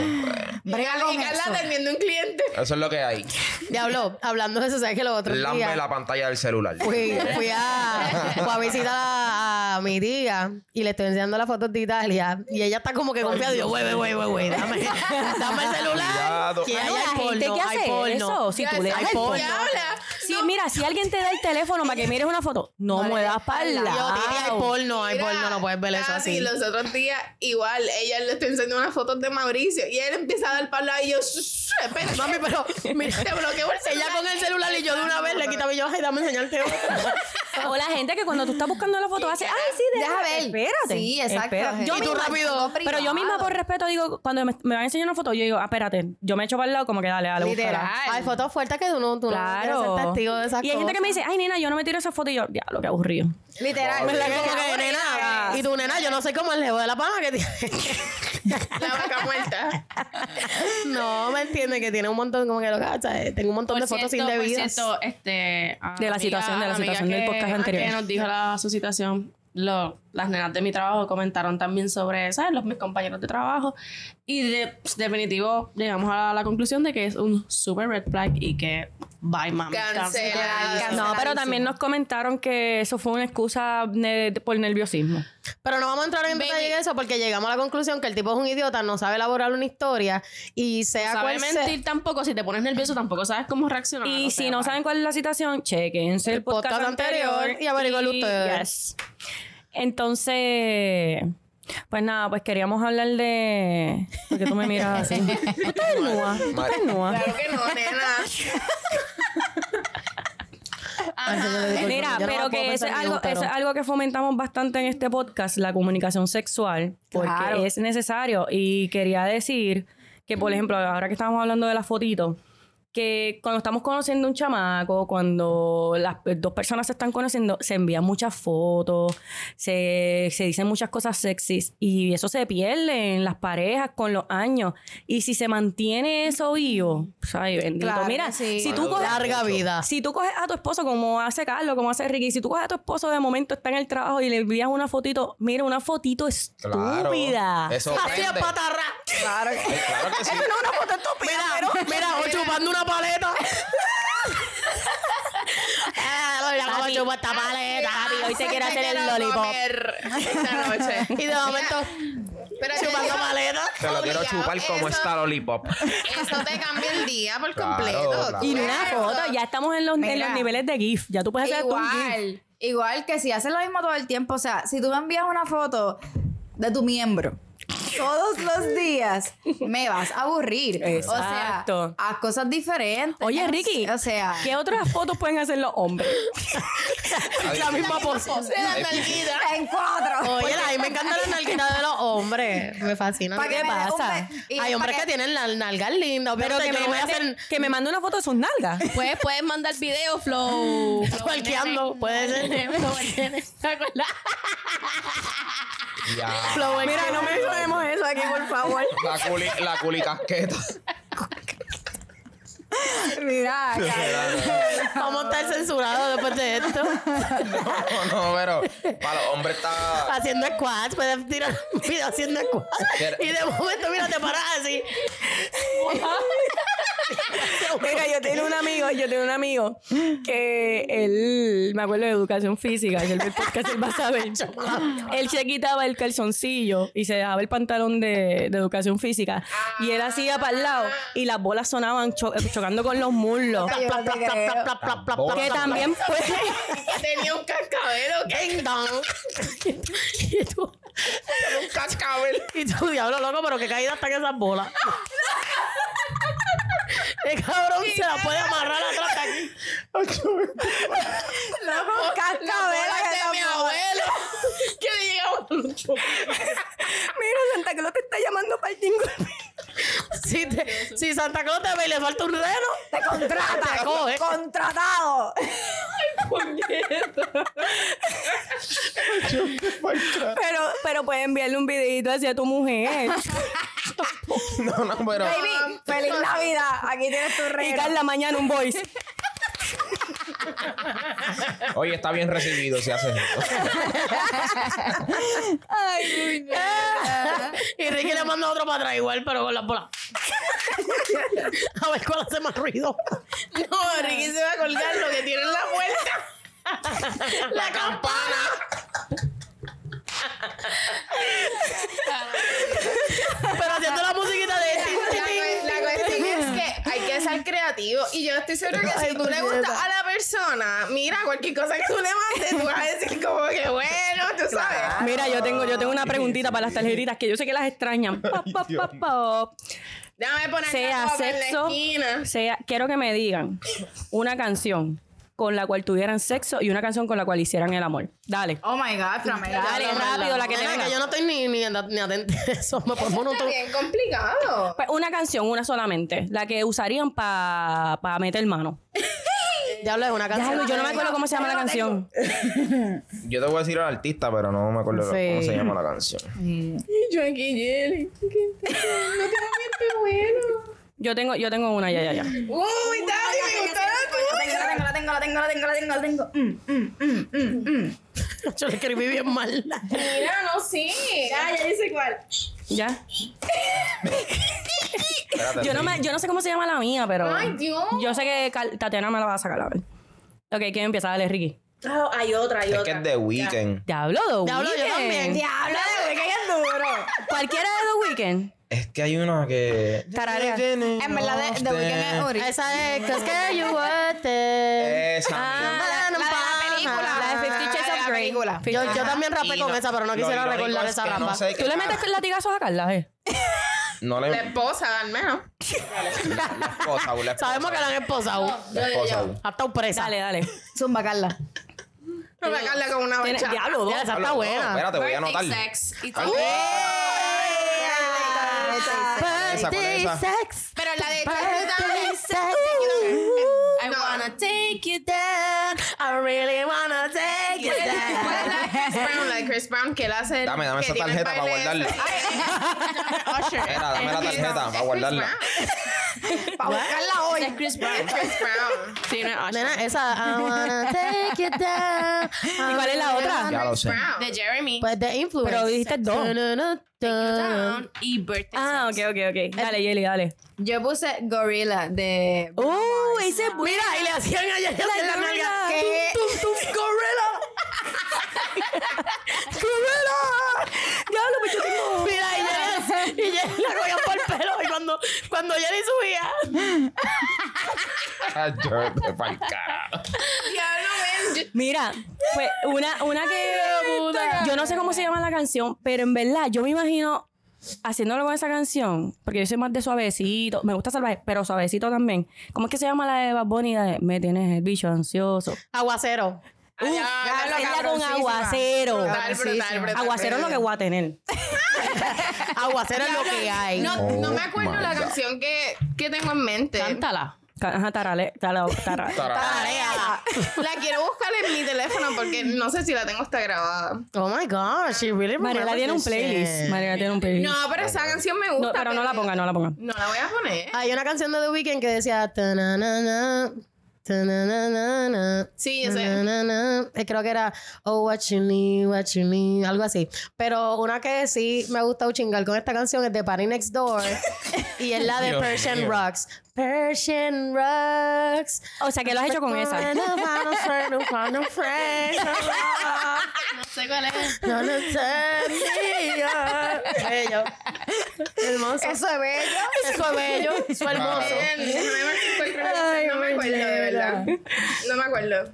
Speaker 5: Brega con
Speaker 6: Y Carla
Speaker 5: eso.
Speaker 6: atendiendo un cliente.
Speaker 1: eso es lo que hay.
Speaker 2: Diablo, hablando de eso, ¿sabes que los otros
Speaker 1: Lambe
Speaker 2: días
Speaker 1: la pantalla del celular.
Speaker 2: fui, fui a, fui a visitar a, a mi tía y le estoy enseñando las fotos de Italia y ella está como que confiada. y Yo, güey, güey, güey, güey, güey, dame, dame el celular.
Speaker 1: Cuidado.
Speaker 2: Que
Speaker 3: Ah,
Speaker 2: ahí
Speaker 3: no,
Speaker 2: hay
Speaker 3: la
Speaker 2: porno,
Speaker 3: gente que
Speaker 2: hay
Speaker 3: hace
Speaker 2: porno.
Speaker 3: eso, si tú le
Speaker 2: Hay
Speaker 3: das
Speaker 2: porno.
Speaker 6: ¿Qué habla?
Speaker 3: Sí, mira, si alguien te da el teléfono para que mires una foto, no
Speaker 5: No le
Speaker 3: muevas
Speaker 5: des
Speaker 3: para
Speaker 5: pa'l
Speaker 3: el
Speaker 5: lado.
Speaker 2: Yo, Titi, hay
Speaker 3: lado.
Speaker 2: porno, hay porno, no puedes ver eso
Speaker 6: Nati,
Speaker 2: así.
Speaker 6: los otros días, igual, ella le está enseñando unas fotos de Mauricio y él empieza a dar palo y yo, espera,
Speaker 2: Mami, pero
Speaker 6: mira, te bloqueo el
Speaker 2: ella
Speaker 6: celular.
Speaker 2: con el celular y yo de una vez le quitaba y yo, ay, dame enseñarte otro.
Speaker 3: O la gente que cuando tú estás buscando la foto hace, ay, sí, deja,
Speaker 5: Deja ver.
Speaker 3: Espérate.
Speaker 5: Sí, exacto.
Speaker 3: espérate. Yo
Speaker 5: Y
Speaker 2: tú
Speaker 3: misma-
Speaker 2: rápido.
Speaker 3: Pero yo misma
Speaker 5: pues,
Speaker 3: por respeto digo, cuando me, me van a enseñar una foto, yo digo, ah, espérate, yo me echo para el lado como que dale, dale, búscala.
Speaker 2: Hay fotos fuertes que tú no, tú no
Speaker 3: Claro.
Speaker 2: quieres ser testigo de esas
Speaker 3: y hay gente que me
Speaker 2: cosas.
Speaker 3: dice, ay, nena, yo no me tiro esa foto. Y yo, diablo, qué aburrido.
Speaker 5: Literal.
Speaker 2: ¿Verdad?
Speaker 5: Literal.
Speaker 2: Como que, nena, y tu nena, yo no sé cómo el leo de la pana que tiene.
Speaker 6: La vaca muerta.
Speaker 2: no, me entiende que tiene un montón, como que lo cacha. eh, Tengo un montón
Speaker 4: Por
Speaker 2: de fotos
Speaker 4: cierto, por
Speaker 2: indebidas.
Speaker 4: cierto, este, a
Speaker 3: De la situación, de la
Speaker 4: a
Speaker 3: situación del
Speaker 4: que-
Speaker 3: podcast
Speaker 4: a
Speaker 3: anterior.
Speaker 4: que nos dijo la, su situación. lo- las nenas de mi trabajo comentaron también sobre, ¿sabes? Los, mis compañeros de trabajo. Y de, pues, definitivo llegamos a la, la conclusión de que es un super red flag y que bye, mami.
Speaker 6: Cancela.
Speaker 3: No, pero
Speaker 5: Canceladísimo.
Speaker 3: también nos comentaron que eso fue una excusa ne- por nerviosismo.
Speaker 2: Pero no vamos a entrar en detalle en eso porque llegamos a la conclusión que el tipo es un idiota, no sabe elaborar una historia y sea
Speaker 4: No
Speaker 2: cual
Speaker 4: sabes
Speaker 2: sea.
Speaker 4: mentir tampoco. Si te pones nervioso, tampoco sabes cómo reaccionar.
Speaker 3: Y
Speaker 4: o
Speaker 3: si
Speaker 4: sea,
Speaker 3: no
Speaker 4: bye.
Speaker 3: saben cuál es la situación, chequense el podcast,
Speaker 2: podcast anterior
Speaker 3: anterior,
Speaker 2: y averigüenlo ustedes.
Speaker 3: yes. Entonces, pues nada, pues queríamos hablar de. Porque tú me miras así. Tú estás desnuda, tú estás desnuda.
Speaker 6: Claro que no, nena.
Speaker 2: Ay, señor, disculpe,
Speaker 3: Mira,
Speaker 2: yo no
Speaker 3: pero
Speaker 2: puedo
Speaker 3: que eso
Speaker 2: pensar
Speaker 3: es,
Speaker 2: en
Speaker 3: algo,
Speaker 2: ningún
Speaker 3: eso es
Speaker 2: tarot.
Speaker 3: algo que fomentamos bastante en este podcast, la comunicación sexual, porque
Speaker 5: Claro.
Speaker 3: es necesario. Y quería decir que, por ejemplo, ahora que estamos hablando de las fotitos, que cuando estamos conociendo un chamaco, cuando las pe- dos personas se están conociendo, se envían muchas fotos, se, se dicen muchas cosas sexys y eso se pierde en las parejas con los años. Y si se mantiene eso vivo, pues, ay, bendito.
Speaker 5: Claro,
Speaker 3: Mira,
Speaker 5: sí.
Speaker 3: si tú
Speaker 1: Claro,
Speaker 3: coges-
Speaker 2: Larga vida.
Speaker 3: si tú coges a tu esposo, como hace Carlos, como hace Ricky, si tú coges a tu esposo de momento, está en el trabajo y le envías una fotito, mira, una fotito
Speaker 1: Claro.
Speaker 3: estúpida.
Speaker 1: Eso
Speaker 2: Así es
Speaker 1: ofende.
Speaker 2: patarra. Claro.
Speaker 1: Ay, claro que sí.
Speaker 2: una foto estúpida. Mira, mira, o chupando una paleta. Ah, mira cómo chupa esta paleta.
Speaker 6: Papi,
Speaker 2: hoy te quiere hacer el lollipop.
Speaker 6: Esta noche.
Speaker 2: Y de momento,
Speaker 6: Pero te
Speaker 2: chupando
Speaker 6: digo,
Speaker 2: paleta.
Speaker 1: Te lo quiero
Speaker 6: Obligado,
Speaker 1: chupar como
Speaker 6: eso-
Speaker 1: está Lollipop.
Speaker 6: Eso te cambia el día por
Speaker 1: Claro,
Speaker 6: completo.
Speaker 1: claro.
Speaker 3: Y no una
Speaker 6: Claro.
Speaker 3: foto, ya estamos en los, en
Speaker 5: Mira.
Speaker 3: los niveles de GIF. Ya tú puedes hacer hasta un GIF.
Speaker 5: Igual. Igual que si haces lo mismo todo el tiempo. O sea, si tú me envías una foto de tu miembro todos los días, me vas a aburrir.
Speaker 3: Exacto.
Speaker 5: O sea, haz cosas diferentes.
Speaker 3: Oye, Ricky,
Speaker 5: O sea,
Speaker 3: ¿qué otras fotos pueden hacer los hombres?
Speaker 1: La misma pose.
Speaker 5: en cuatro.
Speaker 2: Oye, a mí me encantan las nalguitas de los hombres. Me fascinan.
Speaker 5: Pa' que
Speaker 2: ¿Qué
Speaker 5: me dé un
Speaker 2: pasa?
Speaker 5: be- y
Speaker 2: Hay
Speaker 5: pa'
Speaker 2: hombres
Speaker 5: que-
Speaker 2: que tienen las nalgas lindas.
Speaker 3: Pero que
Speaker 2: yo
Speaker 3: me,
Speaker 2: no voy a
Speaker 3: mande,
Speaker 2: hacer
Speaker 3: que me mande una foto de sus nalgas.
Speaker 4: Puedes, puedes mandar video, Flow.
Speaker 2: cualqueando. uh, Puede ser.
Speaker 4: ¿Te acuerdas?
Speaker 1: Ya.
Speaker 2: Mira, no me
Speaker 5: Hacemos eso aquí, por favor.
Speaker 1: La culi, la culi casqueta.
Speaker 5: Mira,
Speaker 2: Vamos a estar censurados después de esto.
Speaker 1: No, no, pero para los hombres está.
Speaker 2: Haciendo squats. Puedes tirar un video haciendo squats. Y de momento, mira, te paras así.
Speaker 3: Mira, yo tengo un amigo, yo tengo un amigo que él, me acuerdo de educación física, que él ve el podcast, él va a saber. Él se quitaba el calzoncillo y se dejaba el pantalón de, de educación física. Y él hacía para el lado y las bolas sonaban cho- chocando con los muslos.
Speaker 5: Yo no te creo.
Speaker 3: Que también puede.
Speaker 6: Tenía un cascabel, ¿ok?
Speaker 2: Ding dong.
Speaker 3: Y tú-
Speaker 6: Un cascabel.
Speaker 2: Y tú, diablo loco, pero que caída están esas bolas. El cabrón se la puede amarrar atrás de aquí.
Speaker 5: Loco, cascabela
Speaker 6: Bolas
Speaker 5: que
Speaker 6: de mi
Speaker 5: estamos-
Speaker 6: abuelo. Que le llegaba
Speaker 3: Mira, Santa Claus te está llamando para el jingle.
Speaker 2: Si, te- si Santa Claus te ve y le falta un reno,
Speaker 5: Te contrata,
Speaker 2: Te coge.
Speaker 5: contratado.
Speaker 3: Pero, pero puede enviarle un videito hacia tu mujer.
Speaker 1: No, no, pero.
Speaker 5: Baby, feliz Navidad. Ah, Aquí tienes tu
Speaker 3: Y
Speaker 5: regalo.
Speaker 3: Carla mañana un voice.
Speaker 1: Oye, está bien recibido si haces eso.
Speaker 5: Ay,
Speaker 2: Y Ricky le manda otro para atrás igual, pero con la bola. A ver cuál hace más ruido.
Speaker 6: No, Ricky se va a colgar lo que tiene en la vuelta.
Speaker 2: ¡La campana! pero haciendo la musiquita de
Speaker 6: La, cue- la cuestión es que hay que ser creativo. Y yo estoy segura que si tú le gustas a la persona, mira, cualquier cosa que tú le mandes, tú vas a decir como que bueno, tú sabes.
Speaker 3: Mira, yo tengo, yo tengo una preguntita para las tarjetitas que yo sé que las extrañan. Pop, pop, pop, pop.
Speaker 6: Déjame poner
Speaker 3: Sea
Speaker 6: la copa en la
Speaker 3: sexo,
Speaker 6: esquina.
Speaker 3: sea, quiero que me digan una canción con la cual tuvieran sexo y una canción con la cual hicieran el amor. Dale.
Speaker 5: Oh my God, Framel.
Speaker 3: Dale, rápido, la que te
Speaker 2: Nena,
Speaker 3: venga.
Speaker 2: que yo no estoy ni, ni, ni atenta a eso. Me pongo
Speaker 6: Está bien complicado.
Speaker 3: Pues una canción, una solamente. La que usarían para meter mano.
Speaker 2: Ya hablo de una
Speaker 3: Ya,
Speaker 2: canción.
Speaker 3: yo no me acuerdo cómo se llama la canción.
Speaker 1: Yo te voy a decir al artista, pero no me acuerdo
Speaker 5: Sí.
Speaker 1: cómo se llama la canción.
Speaker 6: Y yo aquí, Jelly. No tengo bueno.
Speaker 3: Yo tengo, yo tengo una, ya, ya, ya.
Speaker 6: Uy, Daddy, me gustó la tuya.
Speaker 5: La tengo, la tengo, la tengo, la tengo, la tengo.
Speaker 2: Yo la escribí bien mal.
Speaker 6: Mira, no, sí. Ya, ya dice cuál.
Speaker 3: Ya.
Speaker 1: Espérate,
Speaker 3: Yo no, me- yo no sé cómo se llama la mía, pero.
Speaker 6: Ay, Dios.
Speaker 3: Yo sé que Cal- Tatiana me la va a sacar, a ver. Ok, ¿quién empieza? Dale, Ricky.
Speaker 6: Ah, hay otra, hay
Speaker 1: Es que
Speaker 6: otra.
Speaker 1: es de Weekend.
Speaker 3: Diablo, The
Speaker 2: Diablo, yo
Speaker 3: Weeknd.
Speaker 2: también.
Speaker 5: Diablo, de güey, que es duro.
Speaker 3: Cualquiera de The Weeknd.
Speaker 1: Es que hay una que.
Speaker 5: Tararea. En verdad, de, de Weekend es Uri.
Speaker 2: Esa es. Cause que you were there.
Speaker 1: Esa. misma.
Speaker 5: la de la película.
Speaker 3: La de Ah, Fifty Shades
Speaker 5: La de
Speaker 3: of
Speaker 5: la
Speaker 3: Grey.
Speaker 5: película.
Speaker 3: Fifty-
Speaker 2: Yo, yo también
Speaker 1: Y
Speaker 2: rapé con esa, pero no
Speaker 1: lo
Speaker 2: quisiera
Speaker 1: irónico
Speaker 2: recordar
Speaker 1: es
Speaker 2: esa
Speaker 1: que
Speaker 2: rapa.
Speaker 1: No sé
Speaker 3: ¿Tú le metes latigazos a Carla, eh?
Speaker 1: No le.
Speaker 6: La esposa, al menos.
Speaker 1: La esposa, la esposa.
Speaker 2: Sabemos que la han esposado.
Speaker 1: La esposa.
Speaker 2: Hasta un presa.
Speaker 3: Dale, dale.
Speaker 5: Zumba, Carla.
Speaker 6: No me carga con una
Speaker 3: Tiene-
Speaker 6: bachata.
Speaker 3: diablo, dos.
Speaker 2: Ya, esa está
Speaker 1: Hablo, no,
Speaker 2: buena.
Speaker 1: Espérate, voy a anotar.
Speaker 4: sex. Y
Speaker 1: Ah,
Speaker 5: Ah,
Speaker 1: Esa, ¿cuál es esa?
Speaker 6: Pero la de Charlie
Speaker 4: I wanna take you
Speaker 2: I really wanna take you there.
Speaker 6: ¿Cuál es la de Chris Brown? La de Chris Brown que él hace.
Speaker 1: Dame, dame
Speaker 6: que
Speaker 1: esa
Speaker 6: tiene el
Speaker 1: tarjeta para
Speaker 6: baile
Speaker 1: guardarla.
Speaker 6: ese. Ay, Usher.
Speaker 1: Era, dame la
Speaker 6: Es Chris
Speaker 1: tarjeta
Speaker 6: Brown.
Speaker 1: para guardarla.
Speaker 5: Para buscarla hoy. Es Chris Brown.
Speaker 6: Chris Brown.
Speaker 4: Sí, no es Usher.
Speaker 2: Nena, esa. I wanna take you there.
Speaker 3: ¿Y cuál es la otra?
Speaker 1: Ya lo
Speaker 6: Chris
Speaker 1: sé.
Speaker 6: Brown.
Speaker 4: De Jeremy.
Speaker 2: Pues de influence.
Speaker 3: Pero dijiste dos.
Speaker 2: No, no, no.
Speaker 4: Down y Birthday
Speaker 3: Ah, ok, ok, ok. Dale, Yeli, dale.
Speaker 5: Yo puse Gorilla de.
Speaker 3: ¡Uh! Ese es bueno.
Speaker 2: Mira, y le hacían a ella en la nalga.
Speaker 5: ¿Qué?
Speaker 2: ¡Tum, tum, tum! ¡Gorilla! ¡Gorilla! ¡Diablo, pues yo tengo! Mira, y Yeli, y Yeli la cogían por el pelo. Y cuando, cuando Yeli subía...
Speaker 1: Ah, yo te pa'l carajo.
Speaker 6: Diablo, ven. Yo-
Speaker 3: Mira, pues una, una que. Yo no sé cómo se llama la canción, pero en verdad yo me imagino haciéndolo con esa canción, porque yo soy más de suavecito, me gusta salvaje, pero suavecito también. ¿Cómo es que se llama la de Bad Bunny? La de, me tienes el bicho ansioso.
Speaker 2: Aguacero.
Speaker 6: Ah, ya,
Speaker 3: Hazla
Speaker 6: la
Speaker 3: con
Speaker 6: cabroncísima.
Speaker 3: aguacero.
Speaker 6: Brutal, brutal, brutal.
Speaker 3: Aguacero es lo que voy a tener.
Speaker 2: Aguacero es lo que hay.
Speaker 6: No, no me acuerdo
Speaker 1: Oh, my
Speaker 6: la
Speaker 1: God.
Speaker 6: canción que, que tengo en mente.
Speaker 4: Cántala.
Speaker 3: Ajá, tarale, tara- tara-
Speaker 1: Tarara.
Speaker 2: Tarea.
Speaker 6: La quiero buscar en mi teléfono porque no sé si la tengo hasta grabada.
Speaker 2: Oh my gosh, she really
Speaker 3: Mariela
Speaker 2: remembers
Speaker 3: tiene un
Speaker 2: this shit.
Speaker 3: playlist. Mariela tiene un playlist.
Speaker 6: No, pero
Speaker 1: Oh
Speaker 6: esa canción me gusta.
Speaker 3: No, pero no la ponga, no la ponga.
Speaker 6: No la voy a poner.
Speaker 2: Hay una canción de The Weeknd que decía. "Ta-na-na-na, ta-na-na-na-na,
Speaker 6: Sí, yo sé.
Speaker 2: ta-na-na-na". Eh, Creo que era Oh, what you need, what you need, algo así. Pero una que sí me ha gustado chingar con esta canción es de Party Next Door y es la de
Speaker 1: Dios
Speaker 2: Persian
Speaker 1: mío.
Speaker 2: Rocks. Persian Rocks.
Speaker 3: O sea, que lo has hecho con esa.
Speaker 2: No find a friend, no find a friend.
Speaker 4: No sé cuál es.
Speaker 2: No lo sé, Bello. Hermoso.
Speaker 5: Eso es bello.
Speaker 2: Eso es bello. Eso es hermoso.
Speaker 1: Claro.
Speaker 6: Bien, déjame ver si encuentro la canción. No me acuerdo, de verdad. No me acuerdo.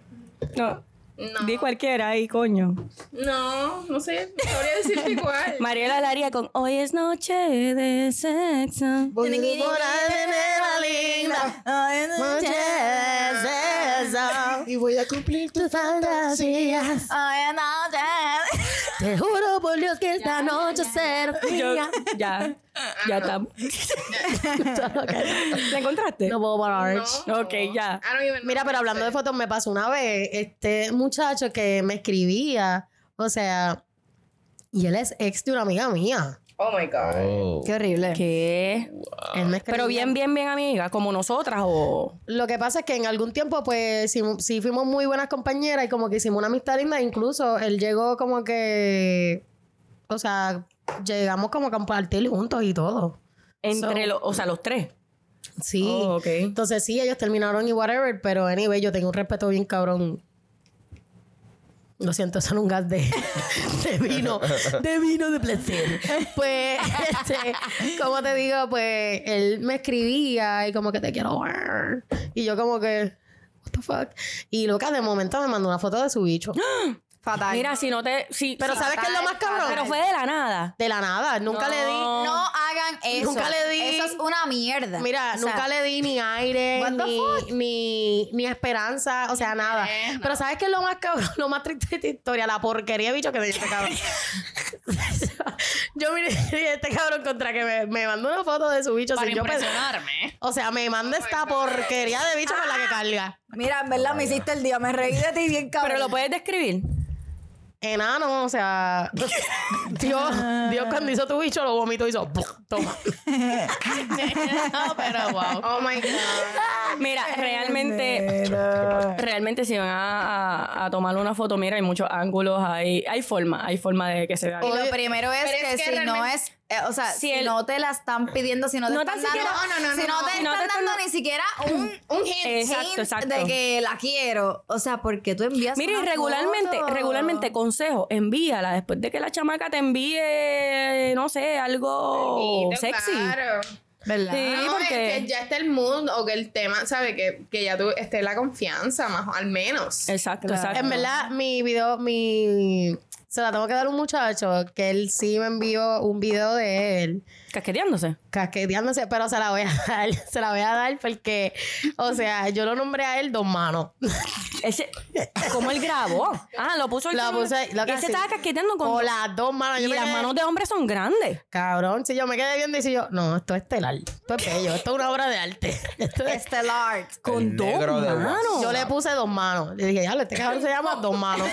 Speaker 3: No.
Speaker 6: No.
Speaker 3: Di cualquiera ahí, coño.
Speaker 6: No, no sé. No Sabría decirte cuál.
Speaker 3: Mariela la haría con Hoy es noche de sexo.
Speaker 2: Y voy a cumplir tus fantasías. Te juro por Dios que esta noche será
Speaker 3: Yo,
Speaker 2: fría.
Speaker 3: ya, ya estamos. ¿La encontraste?
Speaker 2: No puedo parar.
Speaker 6: No.
Speaker 3: Ok, ya.
Speaker 6: I don't even know.
Speaker 2: Mira, pero hablando de fotos, me pasó una vez este muchacho que me escribía, o sea, y él es ex de una amiga mía.
Speaker 6: Oh my God.
Speaker 1: Oh.
Speaker 5: Qué horrible.
Speaker 3: ¿Qué?
Speaker 2: Él me
Speaker 3: Pero bien, bien, bien amiga, como nosotras o...
Speaker 2: Lo que pasa es que en algún tiempo, pues, sí, sí fuimos muy buenas compañeras y como que hicimos una amistad linda. Incluso él llegó como que. O sea, llegamos como a compartir juntos y todo.
Speaker 3: Entre los... O sea, los tres.
Speaker 2: Sí.
Speaker 3: Oh, ok.
Speaker 2: Entonces, sí, ellos terminaron y whatever, pero anyway, yo tengo un respeto bien cabrón. Lo siento, son un gas de, de vino, de vino de placer. Pues, este, como te digo, pues él me escribía y como que te quiero ver. Y yo, como que, what the fuck. Y loca, de momento me mandó una foto de su bicho.
Speaker 5: Fatal.
Speaker 3: Mira, si no te... Si,
Speaker 2: Pero,
Speaker 3: si-
Speaker 2: ¿sabes qué es lo más cabrón?
Speaker 3: Pero fue de la nada.
Speaker 2: De la nada, nunca le di.
Speaker 3: No.
Speaker 5: no hagan eso.
Speaker 2: Oh. Nunca le di-
Speaker 5: Eso es una mierda.
Speaker 2: Mira,
Speaker 5: O sea,
Speaker 2: nunca le di ni aire,
Speaker 5: What the
Speaker 2: ni, ni, ni esperanza, o sea, nada. Pero ¿sabes qué es lo más cabrón? Lo más triste de esta historia, la porquería, de bicho, que tenía este cabrón. yo miré este cabrón contra que me, me mandó una foto de su bicho.
Speaker 4: Para
Speaker 2: sin yo pensar.
Speaker 4: impresionarme.
Speaker 2: o sea, me manda esta porquería de bicho con la que carga.
Speaker 5: Mira, en verdad me hiciste el día. Me reí de ti bien cabrón.
Speaker 3: Pero lo puedes describir.
Speaker 2: Enano, o sea, Dios, Dios cuando hizo tu bicho lo vomitó y hizo, toma.
Speaker 4: no, pero wow.
Speaker 6: Oh my God.
Speaker 3: Mira, realmente, realmente si van a, a- a tomar una foto, mira, hay muchos ángulos, hay, hay forma, hay forma de que se vea.
Speaker 5: Y lo primero es
Speaker 6: Pero
Speaker 5: que,
Speaker 6: es que
Speaker 5: si no
Speaker 6: realmente-
Speaker 5: es, eh, o sea, si,
Speaker 3: el-
Speaker 5: no te la están pidiendo, si no te
Speaker 3: No
Speaker 5: están
Speaker 3: tan
Speaker 5: dando,
Speaker 3: siquiera-
Speaker 6: No, no, no,
Speaker 5: si no, te
Speaker 6: no, no.
Speaker 5: están
Speaker 3: No te están-
Speaker 5: dando ni siquiera un,
Speaker 6: Un hint.
Speaker 3: Exacto,
Speaker 5: hint
Speaker 3: exacto.
Speaker 5: de que la quiero, o sea, porque tú envías
Speaker 3: Mira, y
Speaker 5: una
Speaker 3: regularmente,
Speaker 5: foto.
Speaker 3: regularmente, consejo, envíala después de que la chamaca te envíe, no sé,
Speaker 2: Oh,
Speaker 3: algo
Speaker 6: Claro.
Speaker 3: sexy.
Speaker 5: ¿verdad?
Speaker 3: Sí,
Speaker 6: No, es
Speaker 3: porque-
Speaker 6: que ya está el mood o que el tema, ¿sabe? Que, que ya tú esté la confianza, más al menos.
Speaker 3: Exacto,
Speaker 5: Claro.
Speaker 3: exacto.
Speaker 2: En verdad, mi video, mi. Se la tengo que dar a un muchacho que él sí me envió un video de él
Speaker 3: Casqueteándose.
Speaker 2: casqueteándose, pero se la voy a dar. Se la voy a dar porque, o sea, yo lo nombré a él dos manos.
Speaker 3: Ese, ¿Cómo él grabó? Ah, lo puso el
Speaker 2: La puse- la
Speaker 3: Y él
Speaker 2: casi-
Speaker 3: se estaba casqueteando con.
Speaker 2: O las dos manos.
Speaker 3: y
Speaker 2: Yo me
Speaker 3: las
Speaker 2: quedé-
Speaker 3: manos de hombres son grandes.
Speaker 2: Cabrón, si yo me quedé viendo y si yo, no, esto es estelar. Esto es bello, esto es una obra de arte. Esto es-
Speaker 5: Estelar.
Speaker 3: Con dos
Speaker 1: negro de
Speaker 3: manos.
Speaker 1: WhatsApp.
Speaker 2: Yo le puse dos manos. Le dije, ya, este cabrón se llama dos manos.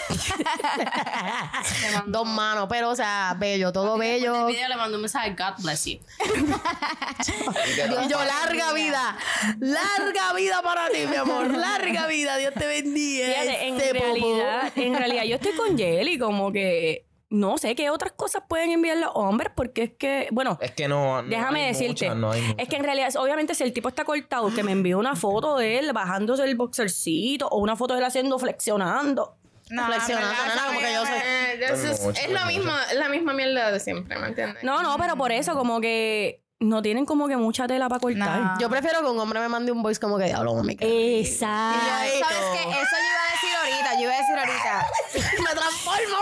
Speaker 2: dos manos, pero, o sea, bello, todo
Speaker 4: En
Speaker 2: bello.
Speaker 4: el video le mandó un mensaje, God bless you.
Speaker 1: Y te
Speaker 2: Y yo, larga vida, larga vida para ti, mi amor, larga vida, Dios te bendiga.
Speaker 3: Fíjate, en
Speaker 2: Este
Speaker 3: realidad, en realidad yo estoy con Jelly, como que no sé qué otras cosas pueden enviar los hombres, porque es que, bueno,
Speaker 1: Es que Eh, no. no
Speaker 3: déjame
Speaker 1: hay
Speaker 3: decirte,
Speaker 1: muchas, no hay muchas.
Speaker 3: es que en realidad, obviamente, si el tipo está cortado, que me envió una foto de él bajándose el boxercito o una foto de él haciendo flexionando.
Speaker 2: No, flexionando,
Speaker 6: ¿verdad?
Speaker 2: nena, como que yo soy.
Speaker 6: Eh, eso es-
Speaker 1: Mucho,
Speaker 6: es lo
Speaker 1: mucho.
Speaker 6: mismo, la misma mierda de siempre, ¿me entiendes?
Speaker 3: No, no, pero por eso, como que no tienen como que mucha tela para cortar.
Speaker 5: Nah.
Speaker 2: Yo prefiero que un hombre me mande un voice como que diablo, mami. que
Speaker 5: Y yo,
Speaker 3: Exacto.
Speaker 5: ¿Sabes qué? Eso yo iba a decir ahorita, yo iba a decir ahorita.
Speaker 2: Me transformo.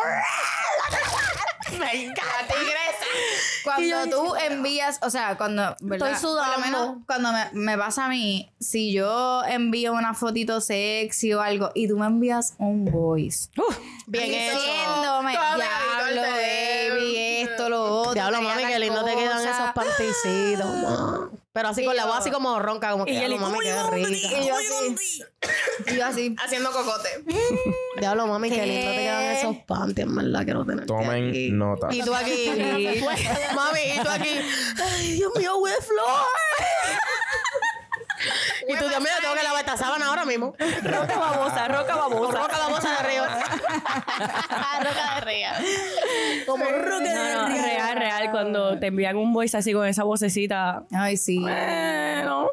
Speaker 2: me encanta.
Speaker 5: Cuando tú envías, o sea, cuando, ¿verdad?
Speaker 2: Estoy sudando.
Speaker 5: Por lo menos cuando me, me pasa a mí, si yo envío una fotito sexy o algo y tú me envías un voice.
Speaker 3: Uf,
Speaker 2: Bien hecho.
Speaker 5: Diciéndome,
Speaker 6: Todavía
Speaker 5: diablo,
Speaker 6: ahorita el
Speaker 5: baby, esto, lo otro.
Speaker 2: Diablo,
Speaker 5: tenía
Speaker 2: mami,
Speaker 5: tal
Speaker 2: que lindo te quedan
Speaker 5: cosa.
Speaker 2: esos panticitos, ma. Pero así con la voz así como ronca, como que
Speaker 3: Y
Speaker 2: diablo,
Speaker 3: él,
Speaker 2: mami, qué rica.
Speaker 5: Y yo así. Y yo así.
Speaker 6: Haciendo cocote.
Speaker 2: Diablo, mami, qué
Speaker 5: ¿Qué?
Speaker 2: lindo te quedan esos panties, en verdad, quiero tener.
Speaker 1: Tomen nota.
Speaker 2: Y tú aquí. mami, y tú aquí. Ay, Dios mío, huele flor. y tú, Dios mío, tengo que lavar esta sábana ahora mismo.
Speaker 3: roca babosa, roca babosa.
Speaker 2: Roca babosa de río.
Speaker 6: Roca de ría.
Speaker 2: Como roca de
Speaker 3: No, no,
Speaker 2: río.
Speaker 3: real, real, cuando te envían un voice así con esa vocecita. eh,
Speaker 5: Ay, sí.
Speaker 3: Bueno.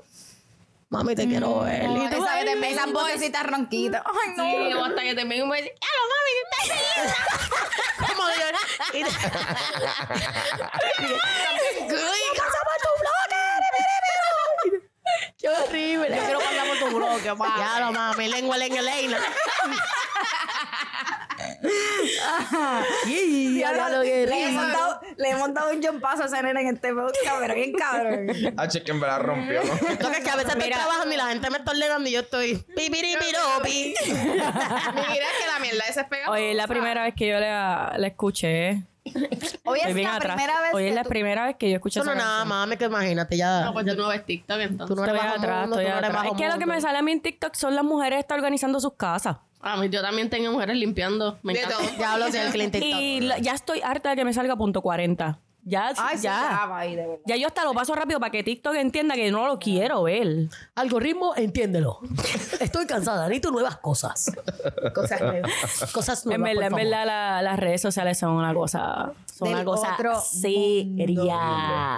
Speaker 2: Mami, te quiero ver. Y tú,
Speaker 5: Esa que te esas vocecitas ronquitas. Ay, no.
Speaker 4: Y luego hasta que termine un voice, ¡Halo, mami! ¡Estás feliz!
Speaker 2: como que- y te- Qué horrible. Yo quiero pasar por tu bloque, mami. Ya lo mami, lengua, lengua, lengua.
Speaker 5: Ya
Speaker 2: Ya lo
Speaker 5: le,
Speaker 2: que
Speaker 5: he
Speaker 2: rico.
Speaker 5: montado, le he montado un jompazo a esa nena en este podcast, pero bien cabrón.
Speaker 1: Ah, chequen, me la rompió.
Speaker 2: Lo que es que a veces estoy trabajando y la gente me está ordenando y yo estoy pipiripiropi.
Speaker 6: Mira que la mierda esa es pegada.
Speaker 3: Oye, es la primera vez que yo la, la escuché. ¿eh?
Speaker 5: Hoy
Speaker 3: Estoy
Speaker 5: es
Speaker 3: bien
Speaker 5: la
Speaker 3: atrás.
Speaker 5: primera vez
Speaker 3: Hoy es
Speaker 5: que
Speaker 3: la
Speaker 5: tú-
Speaker 3: primera vez que yo escucho
Speaker 2: Eso no
Speaker 3: esa
Speaker 2: es nada,
Speaker 3: canción.
Speaker 2: mami, que imagínate, ya.
Speaker 4: No, pues
Speaker 2: ya-
Speaker 4: tú no ves TikTok, entonces.
Speaker 2: tú no eres
Speaker 3: Estoy
Speaker 2: bajo
Speaker 3: atrás,
Speaker 2: mundo,
Speaker 3: estoy
Speaker 2: tú no eres
Speaker 3: atrás.
Speaker 2: bajo
Speaker 3: Es que lo que
Speaker 2: mundo.
Speaker 3: me sale a mí en TikTok son las mujeres está organizando sus casas.
Speaker 4: A mí yo también tengo mujeres limpiando. Me
Speaker 6: De
Speaker 4: encanta.
Speaker 6: todo.
Speaker 2: Ya hablo del cliente.
Speaker 3: Y la- ya estoy harta de que me salga punto 40. Ya,
Speaker 5: Ay, sí, ya
Speaker 3: ya.
Speaker 5: va ahí, de verdad.
Speaker 3: Ya yo hasta lo paso rápido para que TikTok entienda que no lo quiero ver.
Speaker 2: Algoritmo, entiéndelo. Estoy cansada, necesito nuevas cosas.
Speaker 6: Cosas nuevas.
Speaker 2: Cosas
Speaker 3: En
Speaker 2: nuevas.
Speaker 3: verdad, en
Speaker 2: por favor.
Speaker 3: verdad, la- las redes sociales son una cosa, son
Speaker 5: Del
Speaker 3: una cosa
Speaker 5: otro
Speaker 3: seria,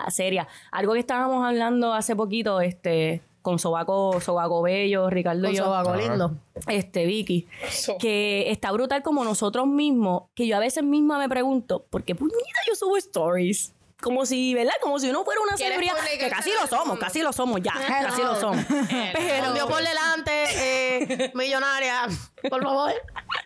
Speaker 3: seria. Algo que estábamos hablando hace poquito, este, con Sobaco, Sobaco Bello, Ricardo
Speaker 2: Con
Speaker 3: y yo,
Speaker 2: sobaco lindo.
Speaker 3: este, Vicky, que está brutal como nosotros mismos, que yo a veces misma me pregunto, ¿por qué puñita yo subo stories? Como si, ¿verdad? Como si uno fuera una
Speaker 6: ¿Quieres
Speaker 3: celebridad,
Speaker 6: publicar
Speaker 3: que casi
Speaker 6: todo
Speaker 3: lo
Speaker 6: el
Speaker 3: somos,
Speaker 6: mundo?
Speaker 3: casi lo somos ya, casi lo somos.
Speaker 2: Con Dios por delante, eh, millonaria. Por favor.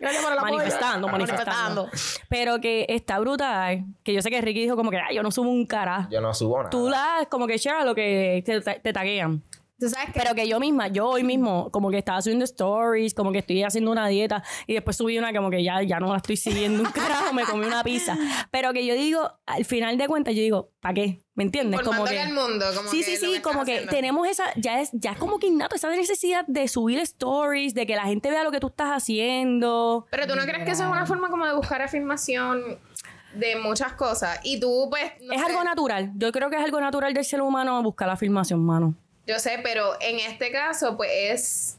Speaker 2: Gracias por el apoyo.
Speaker 6: Ah,
Speaker 3: manifestando, manifestando, Pero que está brutal. Que yo sé que Ricky dijo como que, "Ay, yo no subo un carajo.
Speaker 1: Yo no subo nada.
Speaker 3: Tú das como que share a lo que te, te taguean.
Speaker 5: Tú sabes que
Speaker 3: Pero que yo misma, yo hoy mismo, como que estaba subiendo stories, como que estoy haciendo una dieta y después subí una como que ya, ya no la estoy siguiendo un carajo, me comí una pizza. Pero que yo digo, al final de cuentas, yo digo, ¿para qué? ¿Me entiendes?
Speaker 6: Formando
Speaker 3: Como
Speaker 6: que...
Speaker 3: que...
Speaker 6: el mundo. Como
Speaker 3: Sí,
Speaker 6: que
Speaker 3: sí,
Speaker 6: lo
Speaker 3: sí,
Speaker 6: estás
Speaker 3: como que
Speaker 6: haciendo.
Speaker 3: tenemos esa, ya es, ya es como que innato esa necesidad de subir stories, de que la gente vea lo que tú estás haciendo.
Speaker 6: Pero tú no crees que eso es una forma como de buscar afirmación de muchas cosas. Y tú, pues. no
Speaker 3: es
Speaker 6: sé,
Speaker 3: algo natural. Yo creo que es algo natural del ser humano buscar la afirmación, mano.
Speaker 6: Yo sé, pero en este caso, pues es.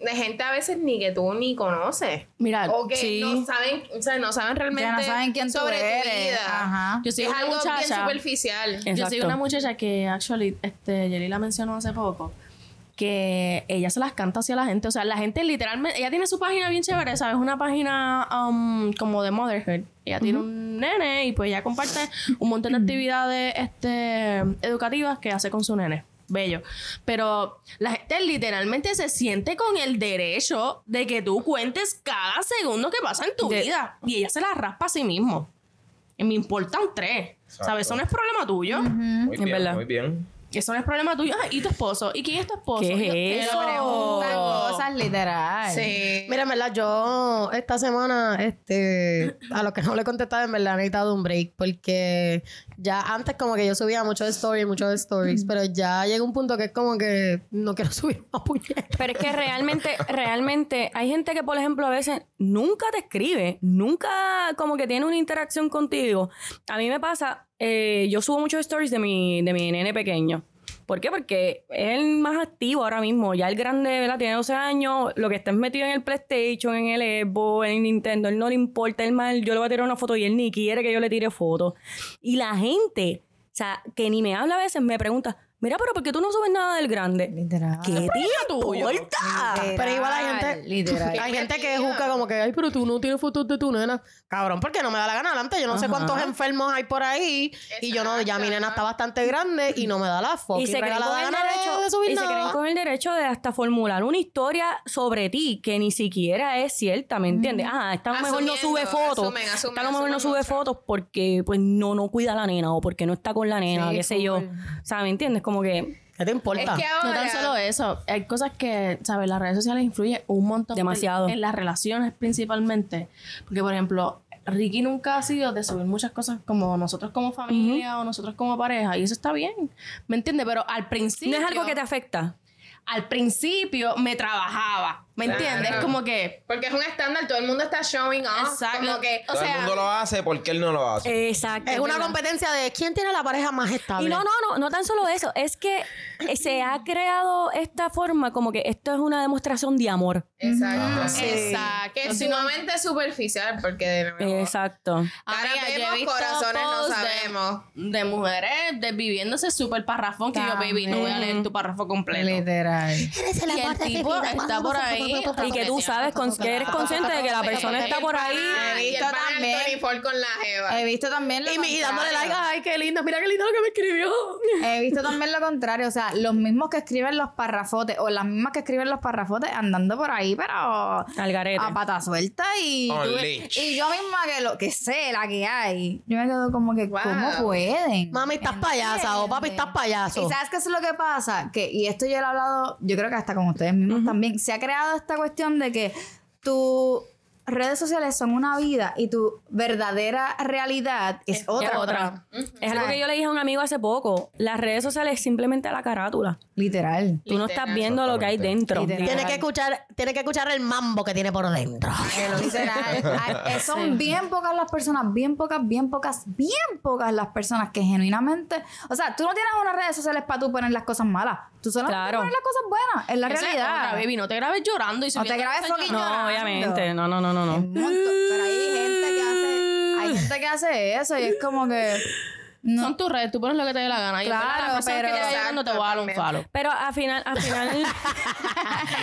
Speaker 6: De gente a veces ni que tú ni conoces.
Speaker 4: Mira,
Speaker 6: O que
Speaker 4: sí.
Speaker 6: no saben, o sea, no saben realmente
Speaker 5: ya no saben quién tú
Speaker 6: sobre
Speaker 5: eres.
Speaker 6: tu vida.
Speaker 5: Ajá.
Speaker 4: Yo soy
Speaker 6: es
Speaker 4: una
Speaker 6: algo bien
Speaker 4: muchacha.
Speaker 6: superficial.
Speaker 3: Eh. Exacto.
Speaker 4: Yo soy una muchacha que, actually, este, Yeli la mencionó hace poco, que ella se las canta hacia la gente. O sea, la gente literalmente, ella tiene su página bien chévere, ¿sabes? Una página um, como de motherhood. Ella tiene un nene y pues ella comparte un montón de actividades este, educativas que hace con su nene. Bello. Pero la gente literalmente se siente con el derecho de que tú cuentes cada segundo que pasa en tu
Speaker 3: De-
Speaker 4: vida. Y ella se la raspa a sí mismo. Y me importan tres. ¿Sabes? Eso no es problema tuyo.
Speaker 1: Muy
Speaker 3: En
Speaker 1: bien,
Speaker 3: verdad.
Speaker 1: muy bien.
Speaker 4: Eso no es problema tuyo. Ah, ¿y tu esposo? ¿Y quién es tu esposo?
Speaker 3: ¿Qué
Speaker 4: Y-
Speaker 3: es
Speaker 4: Pero-
Speaker 3: eso?
Speaker 5: Preguntan cosas literal.
Speaker 6: Sí.
Speaker 2: Mira, en verdad, yo esta semana, este, a los que no le contestaba, en verdad he necesitado un break porque ya antes como que yo subía muchos stories, muchos stories, pero ya llega un punto que es como que no quiero subir más puñetas.
Speaker 3: Pero es que realmente, realmente, hay gente que, por ejemplo, a veces nunca te escribe, nunca como que tiene una interacción contigo. A mí me pasa, eh, yo subo muchos stories de mi, de mi nene pequeño. ¿Por qué? Porque es el más activo ahora mismo. Ya el grande, ¿verdad? Tiene 12 años. Lo que está es metido en el PlayStation, en el Xbox, en el Nintendo. Él no le importa. Él mal, yo le voy a tirar una foto y él ni quiere que yo le tire foto. Y la gente, o sea, que ni me habla a veces, me pregunta, mira, pero ¿por qué tú no subes nada del grande?
Speaker 5: Literal.
Speaker 3: ¿Qué te importa?
Speaker 2: Pero igual hay gente,
Speaker 5: Literal.
Speaker 2: hay gente que juzga como que, ay, pero tú no tienes fotos de tu nena. Cabrón, porque no me da la gana adelante. Yo no sé cuántos enfermos hay por ahí. Y yo no, ya mi nena está bastante grande y no me da la foto.
Speaker 3: y se creen con
Speaker 2: la
Speaker 3: el
Speaker 2: gana de,
Speaker 3: derecho
Speaker 2: pues, de subir
Speaker 3: y se creen
Speaker 2: nada.
Speaker 3: con el derecho de hasta formular una historia sobre ti que ni siquiera es cierta me entiendes ah esta a lo mejor no sube
Speaker 6: Asumiendo,
Speaker 3: fotos
Speaker 6: asumen, asumen,
Speaker 3: esta a lo mejor no
Speaker 6: asumen
Speaker 3: sube
Speaker 6: mucho.
Speaker 3: fotos porque pues no no cuida a la nena o porque no está con la nena
Speaker 5: Sí,
Speaker 3: qué sé yo o sea me entiendes como que
Speaker 2: ¿Qué te importa?
Speaker 6: Es que
Speaker 4: No
Speaker 6: ahora.
Speaker 4: tan solo eso, hay cosas que, ¿sabes? Las redes sociales influyen un montón.
Speaker 3: Demasiado.
Speaker 4: En, en las relaciones principalmente. Porque, por ejemplo, Ricky nunca ha sido de subir muchas cosas como nosotros como familia o nosotros como pareja. Y eso está bien, ¿me entiendes? Pero al principio...
Speaker 3: no es algo que te afecta
Speaker 4: Al principio me trabajaba, ¿me
Speaker 6: Claro.
Speaker 4: entiendes? Como que...
Speaker 6: Porque es un estándar, todo el mundo está showing off.
Speaker 4: Exacto.
Speaker 6: Como que.
Speaker 4: O
Speaker 1: Todo
Speaker 4: sea-
Speaker 1: el mundo lo hace, ¿por qué él no lo
Speaker 3: Eh,
Speaker 1: hace?
Speaker 3: exacto
Speaker 2: Es una competencia de quién tiene la pareja más estable.
Speaker 3: Y no, no, no, no tan solo eso, es que eh, se ha creado esta forma como que esto es una demostración de amor.
Speaker 6: Exacto.
Speaker 1: Ajá.
Speaker 6: Exacto. Que es sumamente superficial, porque de nuevo.
Speaker 3: Exacto.
Speaker 6: Ahora
Speaker 4: Amiga, yo he
Speaker 6: vemos,
Speaker 4: visto
Speaker 6: corazones no
Speaker 4: posts de-
Speaker 6: sabemos.
Speaker 4: De, mujeres desviviéndose súper parrafón que yo, baby, no voy a leer tu párrafo completo.
Speaker 5: Literal.
Speaker 4: Y el tipo está por ahí.
Speaker 3: Y que tú sabes, con- que eres consciente de que la persona está por ahí.
Speaker 6: Ah, y
Speaker 5: He
Speaker 6: el
Speaker 5: visto
Speaker 6: pan
Speaker 5: también.
Speaker 6: Anthony Ford con la jeva.
Speaker 5: He visto también lo
Speaker 2: Y, mi- y dándole like,
Speaker 5: contrario.
Speaker 2: ay, qué lindo, mira qué lindo lo que me escribió.
Speaker 5: He visto también lo contrario. O sea, los mismos que escriben los parrafotes o las mismas que escriben los parrafotes andando por ahí, pero
Speaker 3: Al garete.
Speaker 5: a pata suelta y
Speaker 1: On
Speaker 5: tú-
Speaker 1: leech.
Speaker 5: y yo misma que lo que sé la que hay yo me quedo como que
Speaker 6: Wow.
Speaker 5: cómo pueden
Speaker 2: Mami, estás payasa, o papi, estás payaso.
Speaker 5: y sabes qué es lo que pasa que y esto yo lo he hablado yo creo que hasta con ustedes mismos también se ha creado esta cuestión de que tus redes sociales son una vida y tu verdadera realidad es,
Speaker 3: Es
Speaker 5: otra
Speaker 3: otra. Es algo que yo le dije a un amigo hace poco. Las redes sociales es simplemente la carátula.
Speaker 5: Literal.
Speaker 3: Tú no estás viendo lo que hay dentro.
Speaker 5: Literal.
Speaker 2: Tiene que escuchar, tiene que escuchar el mambo que tiene por dentro.
Speaker 5: Literal. Ay, eh, Son bien pocas las personas, bien pocas, bien pocas, bien pocas las personas que genuinamente. O sea, tú no tienes unas redes sociales para tú poner las cosas malas. Tú solo
Speaker 3: Claro.
Speaker 5: pones las cosas buenas. Es la
Speaker 4: Esa es
Speaker 5: realidad.
Speaker 4: otra, baby, no te grabes llorando y
Speaker 5: No te
Speaker 4: subiendo
Speaker 5: grabes
Speaker 4: cosas
Speaker 5: fucking
Speaker 4: llorando.
Speaker 5: llorando.
Speaker 3: No, obviamente. No, no, no, no.
Speaker 5: Es
Speaker 3: no.
Speaker 5: un montón. Pero hay gente que hace. Hay gente que hace eso y es como que. No,
Speaker 4: Son tus redes, tú pones lo que te dé la gana. Y en verdad,
Speaker 5: Claro,
Speaker 4: la persona
Speaker 5: pero-
Speaker 4: que te está llegando te va a dar un falo.
Speaker 3: Pero al final, al final,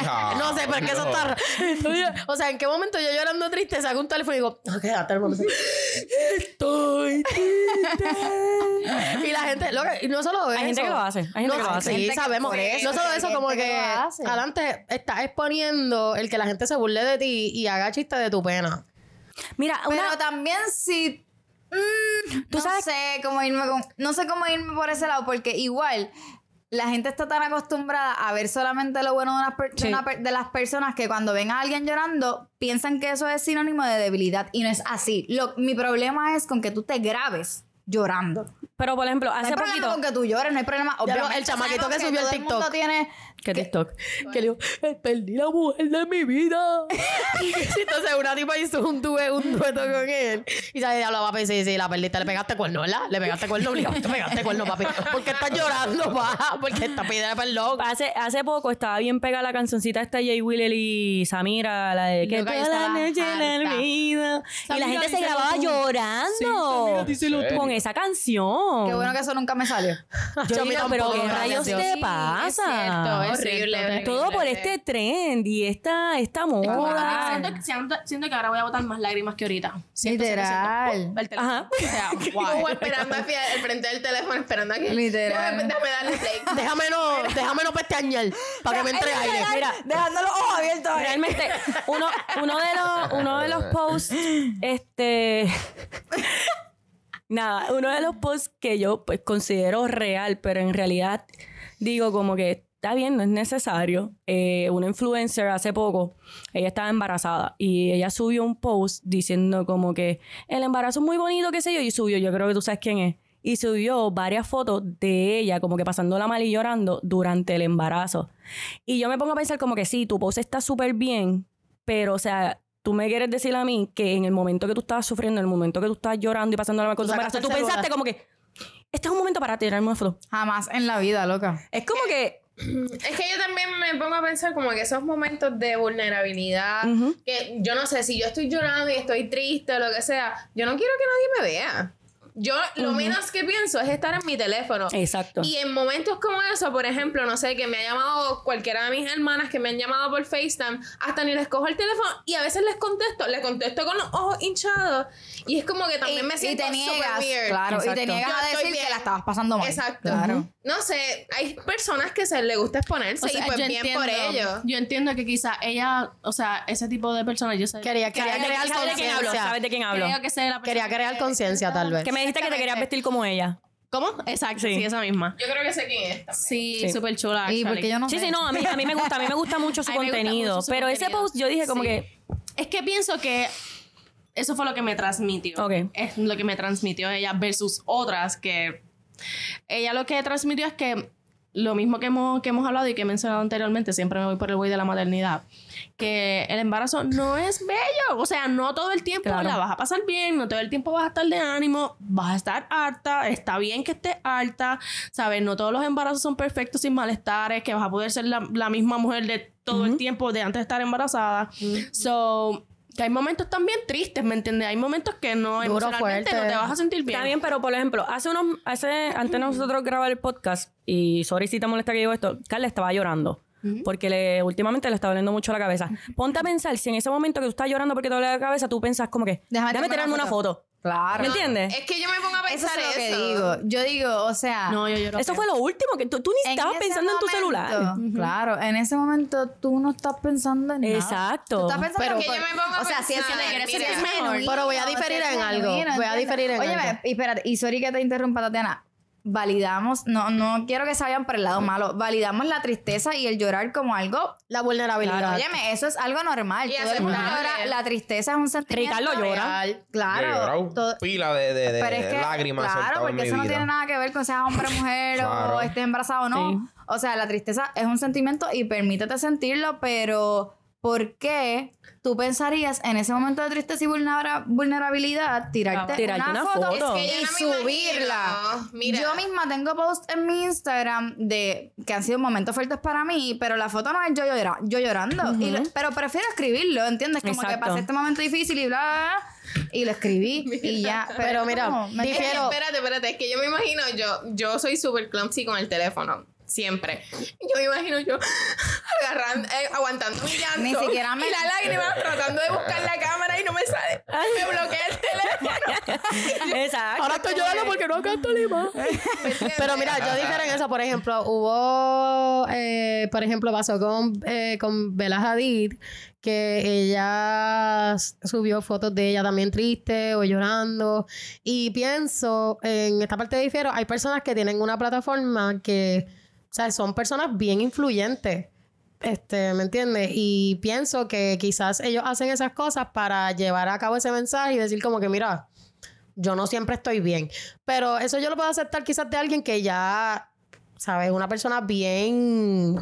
Speaker 2: Ah, No sé, porque eso está. O sea, ¿en qué momento yo llorando triste saco un teléfono y digo, no, quédate el momento. Estoy triste. Y la gente, loca, y no solo eso.
Speaker 3: Hay gente que lo hace, hay gente
Speaker 2: No,
Speaker 3: que lo hace.
Speaker 2: Sí,
Speaker 5: Gente que-
Speaker 2: sabemos.
Speaker 5: por eso,
Speaker 2: no solo
Speaker 5: hay
Speaker 2: eso,
Speaker 5: gente
Speaker 2: como que,
Speaker 5: que lo hace.
Speaker 2: adelante estás exponiendo el que la gente se burle de ti y haga chiste de tu pena.
Speaker 3: mira,
Speaker 5: Pero
Speaker 3: una,
Speaker 5: también si. mm,
Speaker 3: Tú
Speaker 5: no
Speaker 3: sabes-
Speaker 5: sé cómo irme con- No sé cómo irme por ese lado, porque igual. La gente está tan acostumbrada a ver solamente lo bueno de, una per- de
Speaker 3: Sí.
Speaker 5: una per- de las personas que cuando ven a alguien llorando piensan que eso es sinónimo de debilidad y no es así. Lo- mi problema es con que tú te grabes llorando. No
Speaker 3: pero por ejemplo,
Speaker 5: hay
Speaker 3: hace
Speaker 5: problema
Speaker 3: poquito.
Speaker 5: con que tú llores, no hay problema.
Speaker 2: lo- el
Speaker 5: Obviamente,
Speaker 2: chamaquito
Speaker 5: sabemos
Speaker 2: que subió el
Speaker 5: todo mundo
Speaker 2: TikTok.
Speaker 5: tiene-
Speaker 3: que TikTok. Que le digo, "Eh, perdí la mujer de mi vida.
Speaker 2: Entonces una tipa hizo un, due- un dueto con él. Y sale diablo, papi, sí, sí, la perdiste, le pegaste cuerno, ¿verdad? Le pegaste cuerno obligado, le pegaste cuerno, papi. ¿Por qué estás llorando, pa? Porque está pidiendo perdón.
Speaker 3: Hace, hace poco estaba bien pegada la cancioncita esta de Jay Wheeler y Samira, la de que
Speaker 6: Loca, yo
Speaker 3: toda la
Speaker 6: estaba
Speaker 3: noche la
Speaker 6: harta.
Speaker 3: olvido. Y la
Speaker 4: Samira,
Speaker 3: gente se
Speaker 4: díselo
Speaker 3: grababa
Speaker 4: tú.
Speaker 3: llorando
Speaker 1: tú.
Speaker 3: con esa canción.
Speaker 5: Qué
Speaker 2: Oh.
Speaker 5: bueno que eso nunca me salió.
Speaker 3: Yo
Speaker 6: Ah,
Speaker 2: Yo
Speaker 3: digo,
Speaker 2: tampoco,
Speaker 3: pero ¿qué
Speaker 2: gracias
Speaker 3: rayos
Speaker 2: a Dios.
Speaker 3: te
Speaker 6: Sí,
Speaker 3: pasa?
Speaker 6: es cierto, es horrible, horrible.
Speaker 3: Todo por este trend y esta, esta moda.
Speaker 4: Siento, siento, siento que ahora voy a botar más lágrimas que ahorita. Siento,
Speaker 5: Literal.
Speaker 4: siento, siento. Uh, el teléfono.
Speaker 3: Ajá.
Speaker 4: O sea, guay.
Speaker 6: Como esperando al al frente del teléfono, esperando a que.
Speaker 5: Literal.
Speaker 6: Déjame, déjame darle play.
Speaker 2: Déjame no, déjame no pestañear para que me entre aire.
Speaker 3: Mira,
Speaker 5: Dejando los ojos abiertos.
Speaker 3: Realmente, uno, uno, de los, uno de los posts, este. Nada, uno de los posts que yo pues considero real, pero en realidad digo como que está bien, no es necesario. Eh, una influencer hace poco, ella estaba embarazada y ella subió un post diciendo como que el embarazo es muy bonito, qué sé yo, y subió, yo creo que tú sabes quién es. Y subió varias fotos de ella como que pasándola mal y llorando durante el embarazo. Y yo me pongo a pensar como que sí, tu pose está súper bien, pero o sea, tú me quieres decir a mí que en el momento que tú estabas sufriendo, en el momento que tú estabas llorando y pasando la mal con
Speaker 2: Tú
Speaker 3: tu embarazo,
Speaker 2: sacaste
Speaker 3: tú
Speaker 2: el celular.
Speaker 3: pensaste como que este es un momento para tirarme una foto.
Speaker 5: Jamás en la vida, loca.
Speaker 3: Es como que
Speaker 6: Es que yo también me pongo a pensar como que esos momentos de vulnerabilidad,
Speaker 3: Ujú.
Speaker 6: que yo no sé, si yo estoy llorando y estoy triste o lo que sea, yo no quiero que nadie me vea. Yo lo menos que pienso es estar en mi teléfono.
Speaker 3: Exacto.
Speaker 6: Y en momentos como eso, por ejemplo, no sé, que me ha llamado cualquiera de mis hermanas que me han llamado por FaceTime, hasta ni les cojo el teléfono y a veces les contesto, les contesto con los ojos hinchados y es como que también
Speaker 5: y,
Speaker 6: me
Speaker 5: y
Speaker 6: siento
Speaker 5: te niegas,
Speaker 6: super weird.
Speaker 5: claro, y te
Speaker 3: Exacto.
Speaker 5: niegas
Speaker 6: Yo
Speaker 5: a
Speaker 6: estoy
Speaker 5: decir
Speaker 6: bien.
Speaker 5: que la estabas pasando mal.
Speaker 6: Exacto.
Speaker 5: Claro.
Speaker 6: No sé, hay personas que se le gusta exponerse
Speaker 4: O sea,
Speaker 6: y pues
Speaker 4: yo
Speaker 6: bien por
Speaker 4: entiendo-
Speaker 6: ello.
Speaker 4: Yo entiendo que quizá ella, o sea, ese tipo de personas, yo sé.
Speaker 2: Quería, quería
Speaker 4: Creo
Speaker 2: crear
Speaker 4: que-
Speaker 3: ¿Sabes de quién hablo?
Speaker 2: conciencia.
Speaker 3: ¿Sabes de quién hablo?
Speaker 4: Creo que sea la persona
Speaker 2: Quería crear conciencia, tal vez.
Speaker 3: Que me dijiste que te querías vestir como ella.
Speaker 4: ¿Cómo? Exacto,
Speaker 3: Sí.
Speaker 4: sí, esa misma.
Speaker 6: Yo creo que sé quién es.
Speaker 4: Sí,
Speaker 3: Sí.
Speaker 4: súper chula.
Speaker 5: Y porque
Speaker 4: actually.
Speaker 5: yo no
Speaker 3: Sí,
Speaker 5: sé.
Speaker 3: sí, no, a mí, a mí me gusta, a mí me gusta mucho su
Speaker 4: A mí me gusta
Speaker 3: contenido.
Speaker 4: mucho su
Speaker 3: pero ese
Speaker 4: contenido.
Speaker 3: post yo dije como
Speaker 4: Sí.
Speaker 3: que
Speaker 4: Es que pienso que eso fue lo que me transmitió.
Speaker 3: Ok.
Speaker 4: Es lo que me transmitió ella versus otras que... Ella lo que transmitió es que lo mismo que hemos, que hemos hablado y que he mencionado anteriormente, siempre me voy por el güey de la maternidad, que el embarazo no es bello. O sea, no todo el tiempo
Speaker 3: Claro.
Speaker 4: la vas a pasar bien, no todo el tiempo vas a estar de ánimo, vas a estar harta, está bien que estés harta, ¿sabes? No todos los embarazos son perfectos sin malestares, que vas a poder ser la, la misma mujer de todo el tiempo de antes de estar embarazada. So, que hay momentos también tristes, ¿me entiendes? Hay momentos que no,
Speaker 2: Duro,
Speaker 4: emocionalmente no
Speaker 2: fuerte.
Speaker 4: te vas a sentir bien.
Speaker 3: Está bien, pero por ejemplo, hace unos, hace, antes de nosotros grabar el podcast, y sorry si te molesta que digo esto, Carla estaba llorando. Porque le, últimamente le estaba doliendo mucho la cabeza. Ponte a pensar si en ese momento que tú estás llorando porque te duele la cabeza, tú pensás como que, déjame,
Speaker 5: Déjame
Speaker 3: tirarme una foto.
Speaker 5: Claro.
Speaker 3: ¿Me entiendes?
Speaker 6: Es que yo me pongo a
Speaker 5: Eso es
Speaker 6: pensar
Speaker 5: lo
Speaker 6: eso.
Speaker 5: que digo. Yo digo, o sea.
Speaker 4: No, yo lloro.
Speaker 3: Eso
Speaker 4: feo.
Speaker 3: fue lo último que tú, tú ni
Speaker 5: en
Speaker 3: estabas
Speaker 5: ese
Speaker 3: pensando en tu celular.
Speaker 5: momento, Claro, en ese momento tú no estás pensando en nada.
Speaker 3: Exacto.
Speaker 5: Tú estás pensando
Speaker 2: Pero-
Speaker 5: que
Speaker 6: Que yo me pongo a
Speaker 5: O sea, si
Speaker 6: pensar,
Speaker 5: es que
Speaker 6: mira.
Speaker 5: es genuino,
Speaker 2: Pero voy a
Speaker 5: o sea,
Speaker 2: diferir
Speaker 5: es
Speaker 2: en algo,
Speaker 5: genuino,
Speaker 2: voy a
Speaker 5: ¿entiendes?
Speaker 2: diferir en
Speaker 5: Oye,
Speaker 2: algo.
Speaker 5: ve, y espérate, y sorry que te interrumpa, Tatiana. validamos, no, no quiero que se vayan por el lado malo, validamos la tristeza y el llorar como algo.
Speaker 2: La vulnerabilidad.
Speaker 5: Óyeme, eso es algo normal.
Speaker 6: Y
Speaker 5: Todo el mundo
Speaker 6: aceptable.
Speaker 5: llora, la tristeza es un sentimiento.
Speaker 3: Ricardo llora.
Speaker 5: real.
Speaker 1: Yo he
Speaker 5: Claro.
Speaker 1: llorado
Speaker 5: todo-
Speaker 1: pila de, de, de
Speaker 5: pero es que,
Speaker 1: lágrimas
Speaker 5: claro,
Speaker 1: soltado en
Speaker 5: porque
Speaker 1: mi
Speaker 5: eso no
Speaker 1: vida.
Speaker 5: tiene nada que ver con seas hombre o mujer
Speaker 1: Claro.
Speaker 5: o estés embarazado o no. O sea, la tristeza es un sentimiento y permítete sentirlo, pero ¿por qué tú pensarías en ese momento de tristeza y vulnera- vulnerabilidad tirarte,
Speaker 3: Ah, tirarte
Speaker 5: una,
Speaker 3: una
Speaker 5: foto,
Speaker 3: foto.
Speaker 6: Es que yo
Speaker 5: y
Speaker 6: no me
Speaker 5: subirla?
Speaker 6: imagino. Mira.
Speaker 5: Yo misma tengo posts en mi Instagram de que han sido momentos fuertes para mí, pero la foto no es yo, llora- yo llorando. Y lo- pero prefiero escribirlo, ¿entiendes? Como que
Speaker 3: Exacto.
Speaker 5: pasé este momento difícil y bla, bla, bla, y lo escribí y ya. Pero,
Speaker 2: Pero mira,
Speaker 5: como, ¿me
Speaker 6: Es que,
Speaker 2: difiero- Pero-
Speaker 6: espérate, espérate, es que yo me imagino, yo, yo soy súper clumsy con el teléfono. Siempre. Yo me imagino yo agarrando, eh, aguantando mi llanto.
Speaker 5: Ni siquiera me-
Speaker 6: Y la lágrima tratando de buscar la cámara y no me sale. Me bloquea el teléfono.
Speaker 3: Exacto.
Speaker 2: Ahora estoy llorando porque no canto lima. Pero mira, yo difiero en eso. Por ejemplo, hubo, eh, por ejemplo, pasó con, eh, con Bella Hadid, que ella s- subió fotos de ella también triste o llorando. Y pienso, en esta parte difiero, hay personas que tienen una plataforma que, o sea, son personas bien influyentes. Este, ¿me entiendes? Y pienso que quizás ellos hacen esas cosas para llevar a cabo ese mensaje y decir como que, mira, yo no siempre estoy bien. Pero eso yo lo puedo aceptar quizás de alguien que ya, ¿sabes? Una persona bien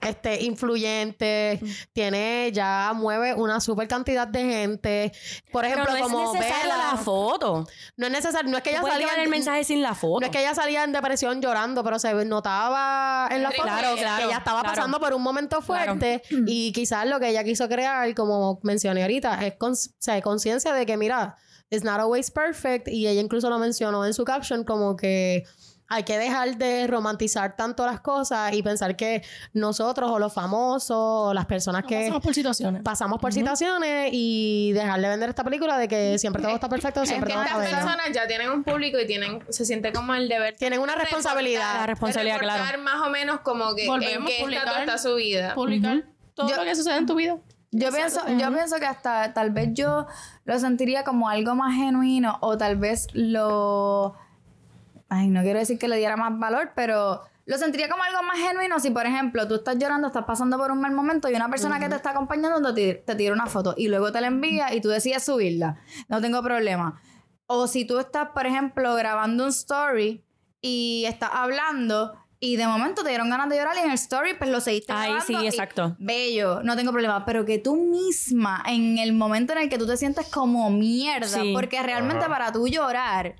Speaker 2: este, influyente, tiene, ya mueve una super cantidad de gente. Por
Speaker 3: Pero
Speaker 2: ejemplo,
Speaker 3: no es
Speaker 2: como
Speaker 3: necesaria
Speaker 2: Bella.
Speaker 3: la foto.
Speaker 2: No es necesario, no es que
Speaker 3: Tú
Speaker 2: ella
Speaker 3: puedes
Speaker 2: salía.
Speaker 3: llevar el mensaje sin la foto.
Speaker 2: No es que ella salía en depresión llorando, pero se notaba en la foto
Speaker 3: Claro,
Speaker 2: que
Speaker 3: claro,
Speaker 2: ella estaba
Speaker 3: claro.
Speaker 2: pasando por un momento
Speaker 3: Claro.
Speaker 2: fuerte y quizás lo que ella quiso crear, como mencioné ahorita, es con- o sea, conciencia de que, mira, it's not always perfect y ella incluso lo mencionó en su caption como que hay que dejar de romantizar tanto las cosas y pensar que nosotros o los famosos o las personas que
Speaker 4: Pasamos por situaciones.
Speaker 2: pasamos por situaciones y dejar de vender esta película de que siempre todo está perfecto,
Speaker 6: Es
Speaker 2: siempre
Speaker 6: que
Speaker 2: todo
Speaker 6: estas
Speaker 2: está bien.
Speaker 6: personas ya tienen un público y tienen, se siente como el deber.
Speaker 2: Tienen una
Speaker 6: de
Speaker 2: responsabilidad.
Speaker 6: reportar-
Speaker 3: La responsabilidad,
Speaker 6: de reportar más o menos como que en
Speaker 4: Volvemos a
Speaker 6: qué estatus
Speaker 4: publicar.
Speaker 6: está su vida.
Speaker 4: Publicar todo
Speaker 5: Yo-
Speaker 4: lo que sucede en tu vida.
Speaker 5: Yo pienso, yo pienso que hasta tal vez yo lo sentiría como algo más genuino o tal vez lo... Ay, no quiero decir que le diera más valor, pero lo sentiría como algo más genuino si, por ejemplo, tú estás llorando, estás pasando por un mal momento y una persona que te está acompañando te, ti- te tira una foto y luego te la envía y tú decides subirla. No tengo problema. O si tú estás, por ejemplo, grabando un story y estás hablando y de momento te dieron ganas de llorar y en el story pues lo seguiste
Speaker 3: Ay,
Speaker 5: grabando
Speaker 3: sí,
Speaker 5: y-
Speaker 3: exacto.
Speaker 5: Bello, no tengo problema, pero que tú misma, en el momento en el que tú te sientes como mierda,
Speaker 3: Sí.
Speaker 5: porque realmente para tú llorar,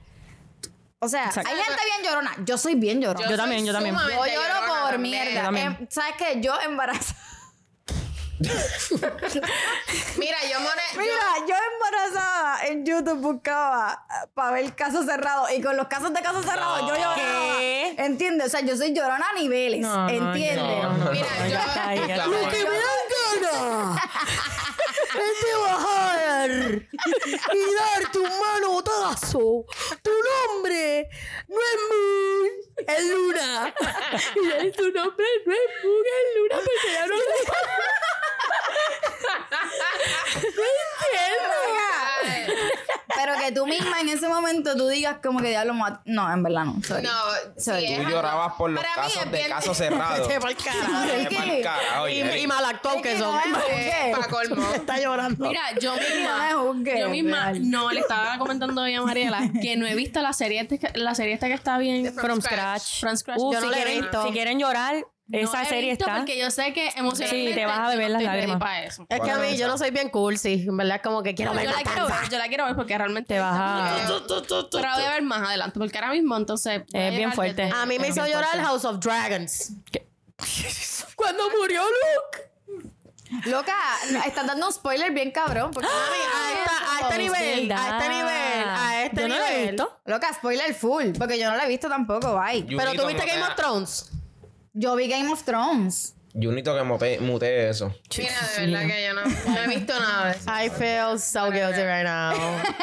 Speaker 5: o sea,
Speaker 3: Exacto.
Speaker 5: hay gente bien llorona, yo soy bien llorona.
Speaker 3: Yo
Speaker 6: soy
Speaker 3: también, yo también.
Speaker 5: Yo,
Speaker 6: sumamente
Speaker 5: lloro
Speaker 6: llorona
Speaker 5: por
Speaker 6: también.
Speaker 5: mierda.
Speaker 3: también.
Speaker 5: Em, ¿Sabes qué? Yo embarazada.
Speaker 6: Mira, yo more-
Speaker 5: Mira, yo embarazada en YouTube buscaba para ver casos cerrados y con los casos de casos cerrados yo lloraba.
Speaker 3: ¿Qué?
Speaker 5: ¿Entiendes? O sea, yo soy llorona a niveles,
Speaker 3: No, no,
Speaker 5: ¿entiendes?
Speaker 1: no, no.
Speaker 6: Mira, yo-
Speaker 3: ya está ahí, ya está
Speaker 1: Lo
Speaker 3: ahí.
Speaker 1: que-
Speaker 2: Te va a joder y dar tu mano botazo. Tu nombre no es Moon, es Luna. Y él, tu nombre no es Moon, es Luna, porque ya no lo
Speaker 6: Ay.
Speaker 5: Pero que tú misma en ese momento tú digas como que diablo, me va a- no, en verdad no. sorry.
Speaker 6: No, sí,
Speaker 5: Sorry.
Speaker 6: es
Speaker 5: Tú
Speaker 6: algo-
Speaker 1: Tú llorabas por los
Speaker 6: Para mí
Speaker 1: casos
Speaker 6: es
Speaker 1: de
Speaker 6: bien-
Speaker 1: casos cerrados.
Speaker 2: Te va el carajo.
Speaker 5: Ay,
Speaker 1: Te pa'l
Speaker 5: ¿qué?
Speaker 1: cara, oye.
Speaker 2: Y, y malactó que son.
Speaker 5: no es-
Speaker 6: Eh, Pa' colmo.
Speaker 2: Está llorando.
Speaker 4: Mira, yo
Speaker 5: me
Speaker 4: misma,
Speaker 5: juzgues,
Speaker 4: yo misma,
Speaker 5: real.
Speaker 4: no, le estaba comentando hoy a Mariela que no he visto la serie, esta- la serie esta que está bien.
Speaker 3: From scratch.
Speaker 4: From scratch.
Speaker 3: Uh,
Speaker 4: Yo
Speaker 3: si,
Speaker 4: no la he
Speaker 3: quieren,
Speaker 2: visto.
Speaker 3: si quieren llorar, esa
Speaker 4: No he
Speaker 3: serie
Speaker 4: visto
Speaker 3: está.
Speaker 4: Porque yo sé que emocionalmente.
Speaker 3: Sí, te vas a beber
Speaker 4: yo
Speaker 3: las
Speaker 4: estoy ready
Speaker 3: lágrimas.
Speaker 4: pa' eso.
Speaker 2: Es que a mí yo no soy bien cursi, en verdad, como que quiero
Speaker 4: Yo
Speaker 2: ver
Speaker 4: la quiero
Speaker 2: matanza.
Speaker 4: ver, yo la quiero ver porque realmente
Speaker 3: Te vas a-
Speaker 4: Yo- Pero la voy a ver más adelante porque ahora mismo entonces voy a
Speaker 3: bien
Speaker 4: llegar Ah,
Speaker 3: fuerte.
Speaker 4: desde-
Speaker 2: A mí me hizo llorar House of Dragons. Cuando murió Luke.
Speaker 5: Loca, no, estás dando un spoiler bien cabrón. Porque,
Speaker 6: Ah,
Speaker 2: A,
Speaker 3: Ah,
Speaker 2: esta- a este
Speaker 3: Es
Speaker 2: nivel, a este
Speaker 3: verdad.
Speaker 2: nivel, a este
Speaker 3: Yo no
Speaker 2: nivel.
Speaker 3: la he visto.
Speaker 5: loca, spoiler full. Porque yo no la he visto tampoco, bye.
Speaker 2: Pero
Speaker 1: Junito,
Speaker 2: tú viste
Speaker 1: no
Speaker 2: Game
Speaker 1: te-
Speaker 2: of Thrones.
Speaker 5: Yo vi Game of Thrones.
Speaker 1: Junito que mope- mutee eso.
Speaker 6: Mira, de verdad que yo no, no he visto nada de eso.
Speaker 2: I feel so guilty right now.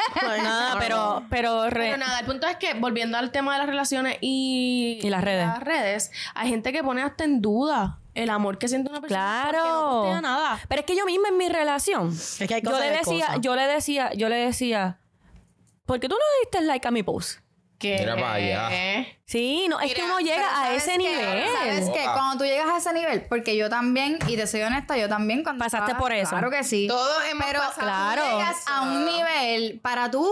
Speaker 3: Nada, pero, pero, re-
Speaker 4: Pero nada, el punto es que volviendo al tema de las relaciones y,
Speaker 3: Y las redes.
Speaker 4: las redes, hay gente que pone hasta en duda el amor que siente una persona. porque no
Speaker 3: Claro.
Speaker 4: postea nada.
Speaker 3: Pero es que yo misma en mi relación.
Speaker 2: que hay
Speaker 3: yo
Speaker 2: cosas
Speaker 3: le
Speaker 2: de
Speaker 3: decía,
Speaker 2: cosas.
Speaker 3: yo le decía, yo le decía, ¿por qué tú no le diste like a mi post?
Speaker 4: que
Speaker 1: Mira para allá.
Speaker 3: Sí, no, es que
Speaker 6: Mira,
Speaker 3: uno llega a
Speaker 5: ¿sabes
Speaker 3: ese
Speaker 5: qué?
Speaker 3: nivel.
Speaker 5: ¿Sabes qué?
Speaker 1: Ah.
Speaker 5: Cuando tú llegas a ese nivel, porque yo también, y te soy honesta, yo también cuando.
Speaker 3: Pasaste por eso.
Speaker 5: Claro que sí.
Speaker 6: Todos hemos
Speaker 5: Pero
Speaker 6: pasado
Speaker 5: claro,
Speaker 6: por
Speaker 5: tú llegas
Speaker 6: eso.
Speaker 5: a un nivel para tú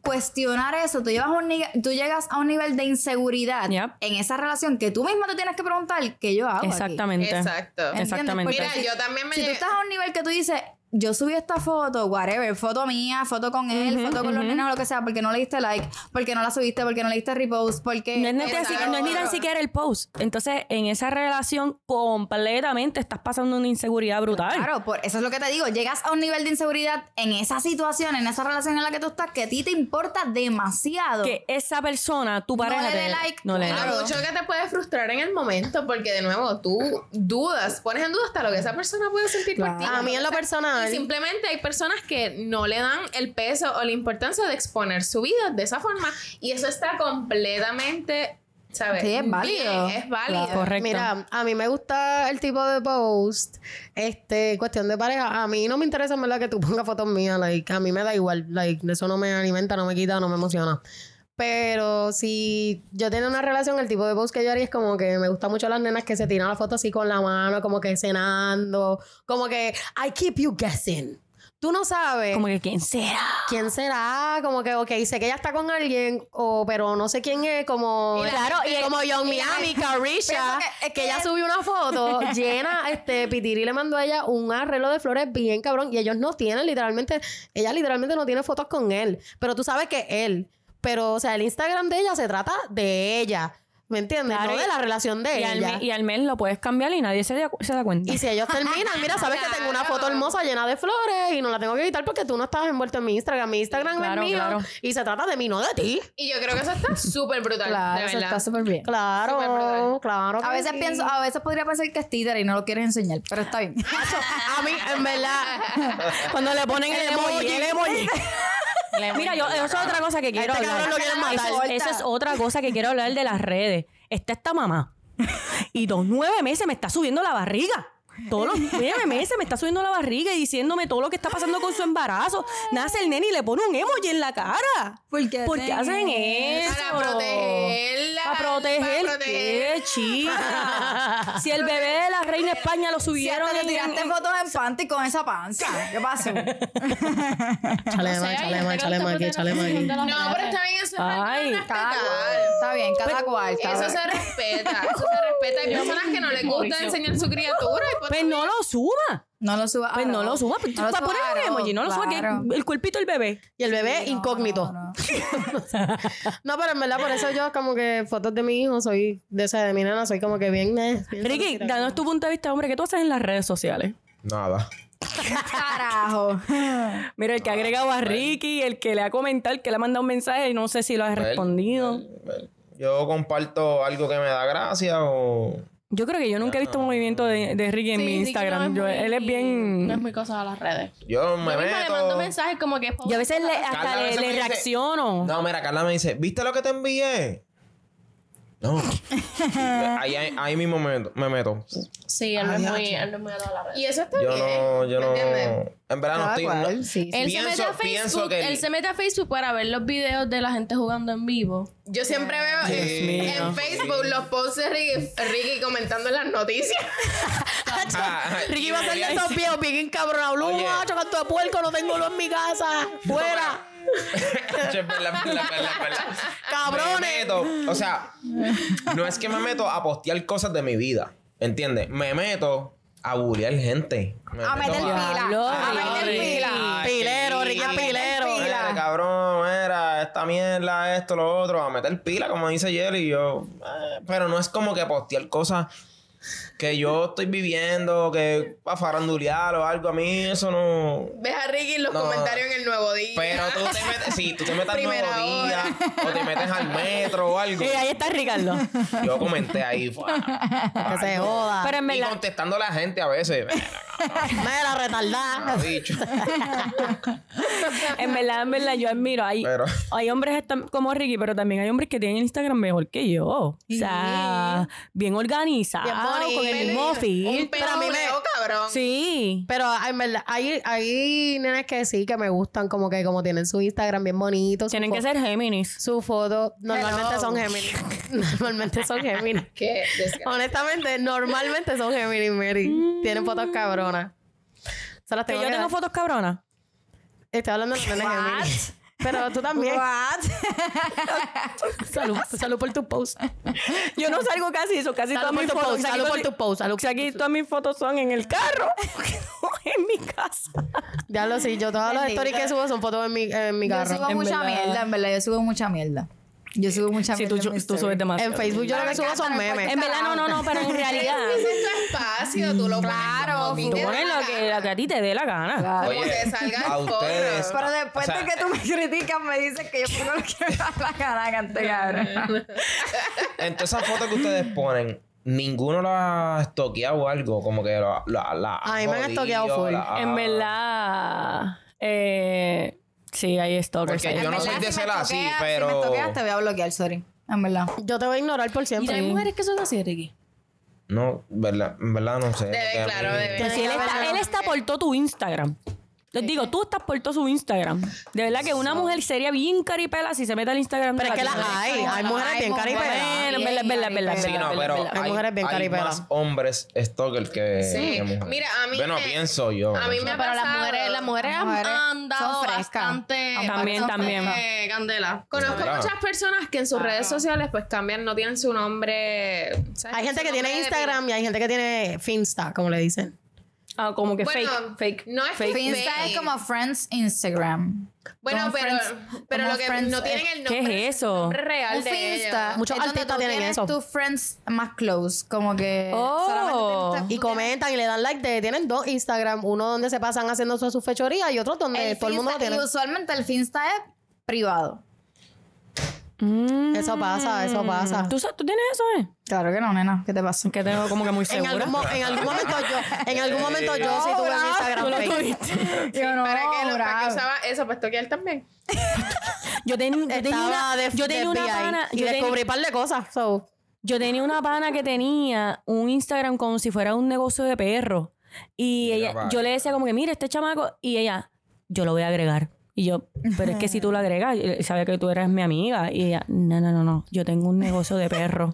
Speaker 5: cuestionar eso, tú llevas un nive- tú llegas a un nivel de inseguridad
Speaker 3: Yep.
Speaker 5: en esa relación que tú mismo te tienes que preguntar qué yo hago aquí?
Speaker 3: Exactamente.
Speaker 6: Exacto.
Speaker 5: ¿Entiendes?
Speaker 3: Exactamente.
Speaker 5: Porque
Speaker 6: Mira, yo también me
Speaker 5: si tú
Speaker 6: llegué-
Speaker 5: estás a un nivel que tú dices, yo subí esta foto, whatever, foto mía, foto con él, foto con los nenes o lo que sea, porque no le diste like, porque no la subiste, porque no le diste repost, porque
Speaker 3: No es, ni tan
Speaker 6: Exacto.
Speaker 3: siquiera- no es ni tan siquiera el post. Entonces, en esa relación completamente estás pasando una inseguridad brutal.
Speaker 5: Claro, por, eso es lo que te digo. Llegas a un nivel de inseguridad en esa situación, en esa relación en la que tú estás, que a ti te importa demasiado.
Speaker 3: Que esa persona, tu
Speaker 5: le
Speaker 3: pareja...
Speaker 5: dé
Speaker 3: te-
Speaker 5: like,
Speaker 3: no le dé
Speaker 6: Lo
Speaker 5: claro.
Speaker 6: mucho que te puede frustrar en el momento, porque de nuevo tú dudas, pones en duda hasta lo que esa persona puede sentir por ti.
Speaker 5: Claro.
Speaker 2: A mí en lo
Speaker 6: O sea,
Speaker 2: personal-
Speaker 6: y simplemente hay personas que no le dan el peso o la importancia de exponer su vida de esa forma, y eso está completamente, ¿sabes?
Speaker 5: Sí, es válido.
Speaker 6: Bien, es válido.
Speaker 5: Claro.
Speaker 3: Correcto.
Speaker 2: Mira, a mí me gusta el tipo de post, este, cuestión de pareja. A mí no me interesa en verdad que tú pongas fotos mías, like, a mí me da igual, like, eso no me alimenta, no me quita, no me emociona. Pero si yo tengo una relación, el tipo de post que yo haría es como que me gusta mucho las nenas que se tiran la foto así con la mano, como que cenando, como que I keep you guessing. Tú no sabes
Speaker 3: Como que, ¿quién será?
Speaker 2: quién será, como que, ok, sé que ella está con alguien, o, pero no sé quién es, como,
Speaker 6: Y la
Speaker 2: claro,
Speaker 6: gente-
Speaker 2: y como Young Miami, Carisha,
Speaker 5: Pienso que-
Speaker 2: que,
Speaker 5: es que
Speaker 2: ella
Speaker 5: ella-
Speaker 2: subió una foto llena, este, Pitiri le mandó a ella un arreglo de flores bien cabrón, y ellos no tienen, literalmente, ella literalmente no tiene fotos con él, pero tú sabes que él, pero, o sea, el Instagram de ella se trata de ella, ¿me entiendes?
Speaker 3: Claro,
Speaker 2: no
Speaker 3: y-
Speaker 2: de la relación de
Speaker 3: Y al,
Speaker 2: ella.
Speaker 3: me- y al mes lo puedes cambiar y nadie se da, se da cuenta.
Speaker 2: Y si ellos terminan, mira, sabes que tengo una foto hermosa llena de flores y no la tengo que quitar porque tú no estabas envuelto en mi Instagram. Mi Instagram
Speaker 3: Claro,
Speaker 2: es mío
Speaker 3: claro.
Speaker 2: y se trata de mí, no de ti.
Speaker 6: Y yo creo que eso está súper brutal.
Speaker 5: Claro,
Speaker 6: de
Speaker 5: eso
Speaker 6: verdad.
Speaker 5: está súper bien.
Speaker 6: Súper
Speaker 2: Claro,
Speaker 6: brutal.
Speaker 2: claro. que
Speaker 5: A veces
Speaker 2: sí.
Speaker 5: pienso, a veces podría pensar que es títere y no lo quieres enseñar, pero está bien.
Speaker 3: Ah,
Speaker 2: A mí, en verdad,
Speaker 3: Cuando le ponen el, emoji. el emoji. Mira, yo, eso es otra cosa que quiero
Speaker 2: este cabrón
Speaker 3: hablar.
Speaker 2: lo quieren
Speaker 3: Eso-
Speaker 5: matar.
Speaker 3: Eso, es otra cosa que quiero hablar de las redes. Está esta mamá. Y dos nueve meses me está subiendo la barriga. Todos los nueve meses me está subiendo la barriga y diciéndome todo lo que está pasando con su embarazo. Nace el nene y le pone un emoji en la cara.
Speaker 5: ¿Por qué
Speaker 3: ¿Por qué hacen
Speaker 5: hacen
Speaker 3: eso?
Speaker 6: Para protegerla.
Speaker 3: Para proteger.
Speaker 6: Para proteger.
Speaker 3: ¿Qué, chica? Si el bebé de la reina España lo
Speaker 5: Si
Speaker 3: subieron
Speaker 5: hasta te
Speaker 3: en-
Speaker 5: tiraste
Speaker 3: en-
Speaker 5: fotos en panty con esa panza. ¿Qué pasó?
Speaker 2: Chale, man, chale, man, chale, man, aquí, chale, man, aquí.
Speaker 6: No, pero está bien, eso es
Speaker 3: Ay.
Speaker 6: algo
Speaker 5: Cada,
Speaker 6: respetable.
Speaker 5: está bien, cada cual. está
Speaker 6: Eso
Speaker 5: bien.
Speaker 6: se respeta, eso se respeta. Hay personas que no les gusta enseñar su criatura. y pues-
Speaker 3: Pues no lo suba.
Speaker 5: No lo subas.
Speaker 3: Pues no lo suba. Pues, para poner
Speaker 5: subas,
Speaker 3: un emoji, no lo suba.
Speaker 5: claro.
Speaker 3: Que el cuerpito del bebé.
Speaker 2: Y el bebé
Speaker 5: Sí, no,
Speaker 2: incógnito.
Speaker 5: no, no.
Speaker 2: No, pero en verdad, por eso yo como que fotos de mi hijo, soy de esa de mi nena, soy como que bien... eh, bien
Speaker 3: Ricky,
Speaker 2: solitaria.
Speaker 3: danos tu punto de vista, hombre. ¿Qué tú haces en las redes sociales?
Speaker 1: Nada.
Speaker 5: Carajo.
Speaker 3: Mira,
Speaker 1: Ah,
Speaker 3: el que ha agregado a Ricky, el que le ha comentado, el que le ha mandado un mensaje y no sé si lo has
Speaker 1: Bueno,
Speaker 3: respondido.
Speaker 1: Yo comparto algo que me da gracia o...
Speaker 3: Yo creo que yo nunca he visto un movimiento de, de Ricky en
Speaker 4: Sí,
Speaker 3: mi
Speaker 4: Ricky
Speaker 3: Instagram.
Speaker 4: no
Speaker 3: Yo-
Speaker 4: muy-
Speaker 3: él es
Speaker 4: No es
Speaker 3: bien...
Speaker 4: muy cosa a las redes.
Speaker 1: Yo me
Speaker 4: Yo misma le mando
Speaker 1: meto...
Speaker 4: mensajes como que...
Speaker 3: Yo a veces le-
Speaker 1: Carla a
Speaker 3: hasta le,
Speaker 1: veces
Speaker 3: le
Speaker 1: me dice-
Speaker 3: reacciono.
Speaker 1: No, mira, Carla me dice, ¿viste lo que te envié? No. ahí, ahí, ahí mismo me meto. Me meto.
Speaker 4: Sí, él no es muy... Él no es muy a las redes.
Speaker 6: Y eso está
Speaker 1: Yo
Speaker 6: bien.
Speaker 1: no, yo
Speaker 6: ¿me
Speaker 1: no.
Speaker 6: entiendes?
Speaker 1: En verdad no
Speaker 5: Cada
Speaker 1: estoy.
Speaker 5: cual,
Speaker 1: no-
Speaker 5: sí,
Speaker 4: Él se, mete a
Speaker 1: Pienso- pienso
Speaker 4: Facebook,
Speaker 1: que-
Speaker 4: él se mete a Facebook para ver los videos de la gente jugando en vivo.
Speaker 6: Yo siempre veo en,
Speaker 3: Dios mío.
Speaker 6: en Facebook los posts de Ricky, Ricky comentando las noticias.
Speaker 1: Ah,
Speaker 2: Ricky va a salir de esos viejos bien encabronado. Blue,
Speaker 1: Oye.
Speaker 2: macho, canto de puerco, no tengo luz en mi casa. ¡Fuera!
Speaker 1: Che, es verdad, es verdad, es verdad, es verdad.
Speaker 2: Cabrones.
Speaker 1: Me meto, o sea, no es que me meto a postear cosas de mi vida, ¿entiendes? Me meto a bullear gente. Me
Speaker 5: A
Speaker 1: meto
Speaker 5: meter
Speaker 3: Diablo,
Speaker 5: pila. A meter
Speaker 3: Ricky.
Speaker 5: pila.
Speaker 1: Ay,
Speaker 2: Pilero, Ricky
Speaker 1: sí.
Speaker 2: es pilero.
Speaker 1: Mira, cabrón, era esta mierda, esto, lo otro, a meter pila, como dice Jelly. Yo, eh, pero no es como que postear cosas que yo estoy viviendo, que para farandulear o algo. A mí eso no.
Speaker 6: Ves a Ricky en los
Speaker 1: No.
Speaker 6: comentarios en el nuevo día.
Speaker 1: Pero tú te metes, si tú te metes al nuevo
Speaker 6: Primera
Speaker 1: día o te metes al metro o algo.
Speaker 3: Y Eh, ahí está Ricardo.
Speaker 1: Yo comenté ahí. fua,
Speaker 2: Que se joda.
Speaker 3: Pero en
Speaker 1: y
Speaker 3: verdad...
Speaker 1: contestando a la gente a veces. eh,
Speaker 2: Mira, retardada.
Speaker 1: Bicho.
Speaker 3: En verdad, en verdad, yo admiro. Hay,
Speaker 1: Pero-
Speaker 3: hay hombres estam- como Ricky, pero también hay hombres que tienen Instagram mejor que yo. O sea, bien organizado,
Speaker 2: Bien
Speaker 3: con el mismo
Speaker 6: Un
Speaker 3: feed.
Speaker 6: pelo bleo, Oh, cabrón.
Speaker 3: Sí.
Speaker 2: Pero ah, en verdad, hay, hay nenes que sí que me gustan, como que como tienen su Instagram bien bonito. su
Speaker 3: Tienen
Speaker 2: fo-
Speaker 3: que ser Géminis.
Speaker 2: Su foto. Normalmente son Géminis. normalmente son Géminis.
Speaker 6: Qué desgracia.
Speaker 2: Honestamente, normalmente son Géminis, Mary. Tienen fotos cabronas. Se las
Speaker 3: Que
Speaker 2: tengo
Speaker 3: yo
Speaker 2: que
Speaker 3: tengo
Speaker 2: dar.
Speaker 3: fotos cabronas.
Speaker 2: Estoy hablando de los nenes Géminis. Pero tú también. Salud, salud por tu post.
Speaker 3: Yo no salgo casi eso, casi
Speaker 2: Salud
Speaker 3: todas
Speaker 2: por
Speaker 3: mis
Speaker 2: tu
Speaker 3: fotos.
Speaker 2: post,
Speaker 3: casi
Speaker 2: salud por
Speaker 3: todas-
Speaker 2: tu post, salud por
Speaker 3: Aquí todas mis fotos son en el carro, no en mi casa.
Speaker 2: Ya lo sí, yo todas las
Speaker 5: Bendito.
Speaker 2: stories que subo son fotos en mi, en mi
Speaker 5: Yo
Speaker 2: carro.
Speaker 5: subo
Speaker 3: En
Speaker 5: mucha
Speaker 3: verdad.
Speaker 5: mierda, en verdad. Yo subo mucha mierda. Yo subo mucha
Speaker 3: Sí, tú,
Speaker 5: mierda. en mi
Speaker 3: tú
Speaker 5: story.
Speaker 3: subes demasiado.
Speaker 2: En Facebook yo lo que subo son memes.
Speaker 3: En verdad, no, no, no, pero en realidad.
Speaker 6: Ese es tu espacio, tú lo claro,
Speaker 3: Tú pones lo que,
Speaker 6: Eh,
Speaker 3: lo que a ti te dé la gana.
Speaker 5: Claro.
Speaker 6: Como te salga el
Speaker 1: a
Speaker 6: forro.
Speaker 1: ustedes.
Speaker 5: Pero después
Speaker 1: O sea,
Speaker 5: de que tú me criticas, me dices que yo pongo lo que me da la gana, cante cabrón.
Speaker 1: En todas esas fotos que ustedes ponen, ninguno la ha estoqueado o algo, como que la, la, la
Speaker 2: A mí me han
Speaker 1: jodido,
Speaker 2: estoqueado full.
Speaker 1: la-
Speaker 3: En verdad. Eh, sí, hay stalkers.
Speaker 1: Porque
Speaker 3: ahí.
Speaker 1: yo no soy de ser así, pero.
Speaker 5: Si me toqueas, te voy a bloquear, sorry. En verdad.
Speaker 2: Yo te voy a ignorar por
Speaker 4: Mira,
Speaker 2: siempre.
Speaker 4: hay mujeres que son así, Ricky.
Speaker 1: No, verdad, en verdad no sé.
Speaker 6: Debe,
Speaker 1: porque a
Speaker 6: claro,
Speaker 1: mí-
Speaker 6: debe.
Speaker 3: Que si él, está, él está por todo tu Instagram. Les digo, tú estás por todo su Instagram. De verdad que una mujer sería bien caripela si se mete al Instagram. de
Speaker 2: Pero es que las
Speaker 3: tipa.
Speaker 2: hay. Hay mujeres bien caripelas.
Speaker 3: Bueno, es verdad, es verdad, es verdad, es
Speaker 1: Sí,
Speaker 3: verdad,
Speaker 1: no,
Speaker 3: es
Speaker 1: pero
Speaker 3: verdad.
Speaker 2: Hay mujeres bien caripelas.
Speaker 1: más hombres stalker que,
Speaker 6: Sí.
Speaker 1: que mujeres.
Speaker 6: Mira, a mí
Speaker 1: Bueno,
Speaker 6: me-
Speaker 1: pienso yo.
Speaker 6: a mí
Speaker 1: no
Speaker 6: me
Speaker 1: sé.
Speaker 6: ha pasado.
Speaker 5: Las mujeres son frescas.
Speaker 3: También,
Speaker 5: son
Speaker 3: también.
Speaker 5: frescas.
Speaker 6: Eh, Candela. Conozco
Speaker 1: Claro.
Speaker 6: muchas personas que en sus redes sociales pues cambian, no tienen su nombre. ¿sabes?
Speaker 2: Hay gente
Speaker 6: Su
Speaker 2: que tiene
Speaker 6: nombre de
Speaker 2: Instagram y hay gente que tiene Finsta, como le dicen.
Speaker 3: Ah, como que
Speaker 6: Bueno,
Speaker 3: fake, fake.
Speaker 6: no es
Speaker 3: fake.
Speaker 6: fake.
Speaker 5: Finsta es como Friends Instagram.
Speaker 6: Bueno,
Speaker 5: Como
Speaker 6: pero,
Speaker 5: friends-
Speaker 6: pero
Speaker 5: como
Speaker 6: lo que
Speaker 5: friends,
Speaker 6: no tienen
Speaker 5: eh,
Speaker 6: el
Speaker 3: ¿Qué
Speaker 6: nombre.
Speaker 3: es eso?
Speaker 6: nombre Real
Speaker 5: Un
Speaker 6: de
Speaker 5: Finsta.
Speaker 6: ellos.
Speaker 5: es
Speaker 2: Muchos
Speaker 5: donde
Speaker 2: artistas
Speaker 5: tú
Speaker 2: tienen
Speaker 5: tienes
Speaker 2: eso.
Speaker 5: tus friends más close. Como que.
Speaker 3: Oh.
Speaker 5: solamente tienes-
Speaker 2: Y
Speaker 5: tú tienes-
Speaker 2: comentan y le dan like. de- tienen dos Instagram. Uno donde se pasan haciendo su- sus fechorías y otro donde
Speaker 5: el
Speaker 2: eh, todo el mundo lo
Speaker 5: Finsta-
Speaker 2: tiene.
Speaker 5: Y usualmente el Finsta es privado.
Speaker 2: Eso pasa, eso pasa.
Speaker 3: ¿Tú, sa- tú tienes eso, eh?
Speaker 5: Claro que no, nena. ¿Qué te pasa?
Speaker 3: Que tengo como que muy
Speaker 2: En
Speaker 3: segura.
Speaker 2: algún, mo- en algún momento yo, en algún momento yo sí tuve un Instagram
Speaker 3: Tú lo
Speaker 2: fake.
Speaker 3: tuviste.
Speaker 5: Yo no,
Speaker 6: ¿Para qué, lo- para qué
Speaker 5: bravo.
Speaker 6: usaba eso? Pues toquear también.
Speaker 3: Yo tenía, yo tenía
Speaker 2: Estaba
Speaker 3: una,
Speaker 2: de,
Speaker 3: yo tenía una
Speaker 2: FBI
Speaker 3: pana.
Speaker 2: y
Speaker 3: yo tenía-
Speaker 2: descubrí un par de cosas. So,
Speaker 3: Yo tenía una pana que tenía un Instagram como si fuera un negocio de perro. Y
Speaker 1: Mira,
Speaker 3: ella,
Speaker 1: vaya.
Speaker 3: yo le decía como que, mira, este chamaco. Y ella, yo lo voy a agregar. Y yo, pero es que si tú lo agregas, él sabe que tú eres mi amiga. Y ella, no, no, no, no. Yo tengo un negocio de perro.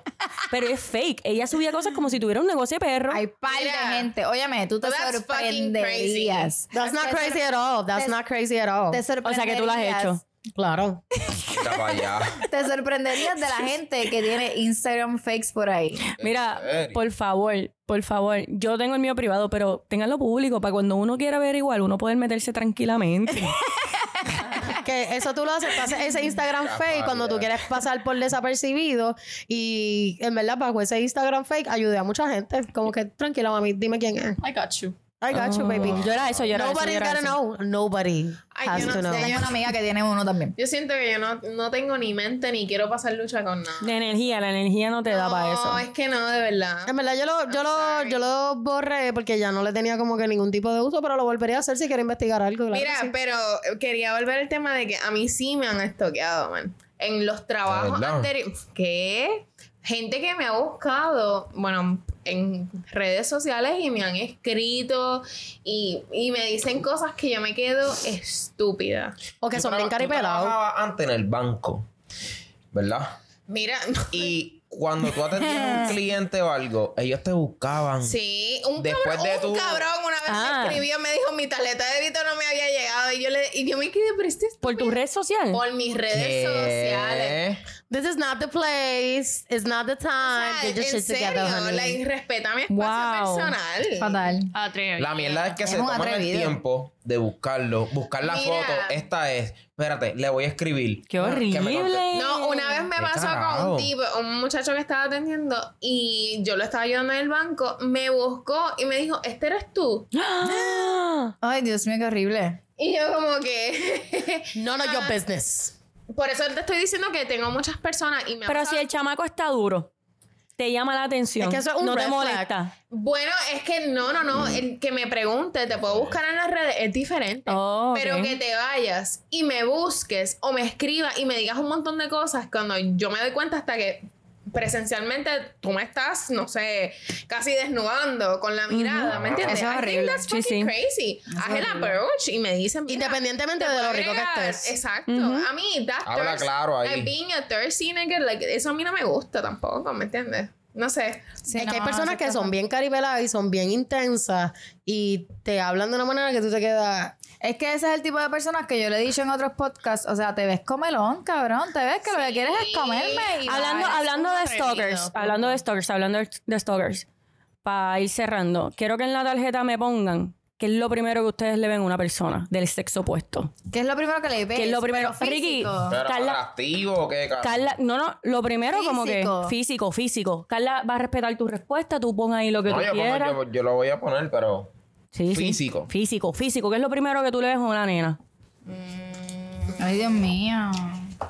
Speaker 3: pero es fake. Ella subía cosas como si tuviera un negocio de perro.
Speaker 5: Hay par
Speaker 6: Mira.
Speaker 5: de gente. Óyeme, tú te
Speaker 6: That's fucking
Speaker 5: sorprenderías.
Speaker 2: that's not
Speaker 5: Te
Speaker 2: crazy at all. That's
Speaker 5: te-
Speaker 2: not crazy at all.
Speaker 5: Te sorprenderías.
Speaker 3: o sea que tú lo has hecho.
Speaker 2: Claro.
Speaker 1: Mira para allá.
Speaker 5: Te sorprenderías de la gente que tiene Instagram fakes por ahí.
Speaker 3: Mira,
Speaker 1: serio?
Speaker 3: por favor, por favor. Yo tengo el mío privado, pero ténganlo público para cuando uno quiera averiguar, uno poder meterse tranquilamente.
Speaker 2: Que eso tú lo haces, tú haces ese Instagram fake cuando tú quieres pasar por desapercibido. Y en verdad, bajo ese Instagram fake, ayudé a mucha gente. Como que tranquila, mami, dime quién es.
Speaker 4: I got you.
Speaker 2: I got you, baby.
Speaker 3: Yo era eso, yo era eso.
Speaker 2: Nobody's
Speaker 3: yo era
Speaker 2: gonna
Speaker 3: eso.
Speaker 2: know. Nobody
Speaker 6: Ay,
Speaker 2: has
Speaker 6: yo no
Speaker 2: to know.
Speaker 6: sé,
Speaker 5: Tengo una amiga que tiene uno también.
Speaker 6: Yo siento que yo no, no tengo ni mente ni quiero pasar lucha con nada.
Speaker 3: La energía, la energía no te da para eso.
Speaker 6: No, es que no, de verdad.
Speaker 2: En verdad, yo lo, yo, lo, yo lo borré porque ya no le tenía como que ningún tipo de uso, pero lo volvería a hacer si quiero investigar algo. claro
Speaker 6: Mira,
Speaker 2: que sí.
Speaker 6: pero quería volver al tema de que a mí sí me han estoqueado, man. En los trabajos
Speaker 1: ¿Verdad?
Speaker 6: anteriores. ¿Qué? Gente que me ha buscado, bueno, en redes sociales y me han escrito y, y me dicen cosas que yo me quedo estúpida.
Speaker 2: o que
Speaker 1: Tú
Speaker 2: son
Speaker 1: traba-
Speaker 2: bien
Speaker 1: tú
Speaker 2: caripelados.
Speaker 1: trabajabas antes en el banco, ¿verdad?
Speaker 6: Mira,
Speaker 1: Y cuando tú atendías a un cliente o algo, ellos te buscaban.
Speaker 6: sí, un,
Speaker 1: Después
Speaker 6: cabrón,
Speaker 1: de
Speaker 6: un
Speaker 1: tu-
Speaker 6: cabrón una vez
Speaker 3: Ah.
Speaker 6: me escribió, me dijo mi tarjeta de débito no me había llegado y yo, le, y yo me quedé, pero este es
Speaker 3: Por tu red social.
Speaker 6: por mis redes
Speaker 1: ¿Qué?
Speaker 6: sociales.
Speaker 2: This is not the place. It's not the time. Get your
Speaker 6: en
Speaker 2: shit
Speaker 6: serio,
Speaker 2: together, honey.
Speaker 6: la irrespeta mi espacio
Speaker 3: Wow.
Speaker 6: personal.
Speaker 5: Fatal.
Speaker 1: La mierda es que
Speaker 5: Es
Speaker 1: se
Speaker 5: un
Speaker 1: toman el
Speaker 5: atrevido.
Speaker 1: tiempo de buscarlo, buscar la
Speaker 6: Mira.
Speaker 1: foto. Esta es, espérate, le voy a escribir.
Speaker 3: Qué
Speaker 1: Ah, Que me
Speaker 3: horrible.
Speaker 6: No, una vez me
Speaker 1: Qué
Speaker 6: pasó con
Speaker 1: carajo.
Speaker 6: un tipo, un muchacho que estaba atendiendo y yo lo estaba ayudando en el banco, me buscó y me dijo, ¿este eres tú?
Speaker 3: ¡Ah!
Speaker 5: Ay, Dios mío, qué horrible.
Speaker 6: Y yo como que...
Speaker 2: None of your business.
Speaker 6: Por eso te estoy diciendo que tengo muchas personas y me ha
Speaker 3: Pero si
Speaker 6: pasado-
Speaker 3: el chamaco está duro. te llama la atención.
Speaker 2: Es que eso es un
Speaker 3: no
Speaker 2: red
Speaker 3: te
Speaker 2: flag.
Speaker 3: molesta.
Speaker 6: Bueno, es que no, no, no. El que me pregunte, te puedo buscar en las redes, es diferente.
Speaker 3: Oh, ok.
Speaker 6: Pero que te vayas y me busques o me escribas y me digas un montón de cosas cuando yo me doy cuenta hasta que presencialmente tú me estás, no sé, casi desnudando con la mirada, ¿me entiendes?
Speaker 5: Eso es
Speaker 6: I think
Speaker 5: horrible.
Speaker 6: that's
Speaker 3: Sí,
Speaker 6: fucking
Speaker 3: sí.
Speaker 6: crazy. Haz el approach y me dicen... mira,
Speaker 2: Independientemente
Speaker 6: te
Speaker 2: de lo
Speaker 6: puedo
Speaker 2: rico que
Speaker 6: agregar.
Speaker 2: estés.
Speaker 6: Exacto. A mí, that
Speaker 1: Habla
Speaker 6: thirst-
Speaker 1: claro ahí.
Speaker 6: eh, Being a thirsty nigga, like, eso a mí no me gusta tampoco, ¿me entiendes? No sé.
Speaker 5: Sí,
Speaker 2: es
Speaker 5: no,
Speaker 2: que hay personas
Speaker 5: eso
Speaker 2: que
Speaker 5: está
Speaker 2: son
Speaker 5: mal.
Speaker 2: bien caribeladas y son bien intensas y te hablan de una manera que tú te quedas.
Speaker 5: Es que ese es el tipo de personas que yo le he dicho en otros podcasts. O sea, te ves comelón, cabrón. Te ves que lo que quieres es comerme. y
Speaker 3: Hablando,
Speaker 5: bye.
Speaker 3: hablando de stalkers, hablando de stalkers, hablando de stalkers, para ir cerrando, quiero que en la tarjeta me pongan qué es lo primero que ustedes le ven a una persona del sexo opuesto.
Speaker 5: ¿Qué es lo primero que le ves?
Speaker 3: ¿Qué es lo primero?
Speaker 5: Pero
Speaker 3: Ricky,
Speaker 5: físico.
Speaker 1: Pero
Speaker 3: Carla-
Speaker 1: atractivo, ¿qué ca-
Speaker 3: Carla, no, no, lo primero como que
Speaker 5: Físico.
Speaker 3: físico, físico. Carla va a respetar tu respuesta, tú pon ahí lo que
Speaker 1: No,
Speaker 3: tú
Speaker 1: yo, pongo-
Speaker 3: quieras.
Speaker 1: pues, yo- yo lo voy a poner, pero.
Speaker 3: Sí, sí.
Speaker 1: Físico.
Speaker 3: Físico, físico, ¿qué es lo primero que tú le ves a una nena?
Speaker 5: Ay, Dios mío.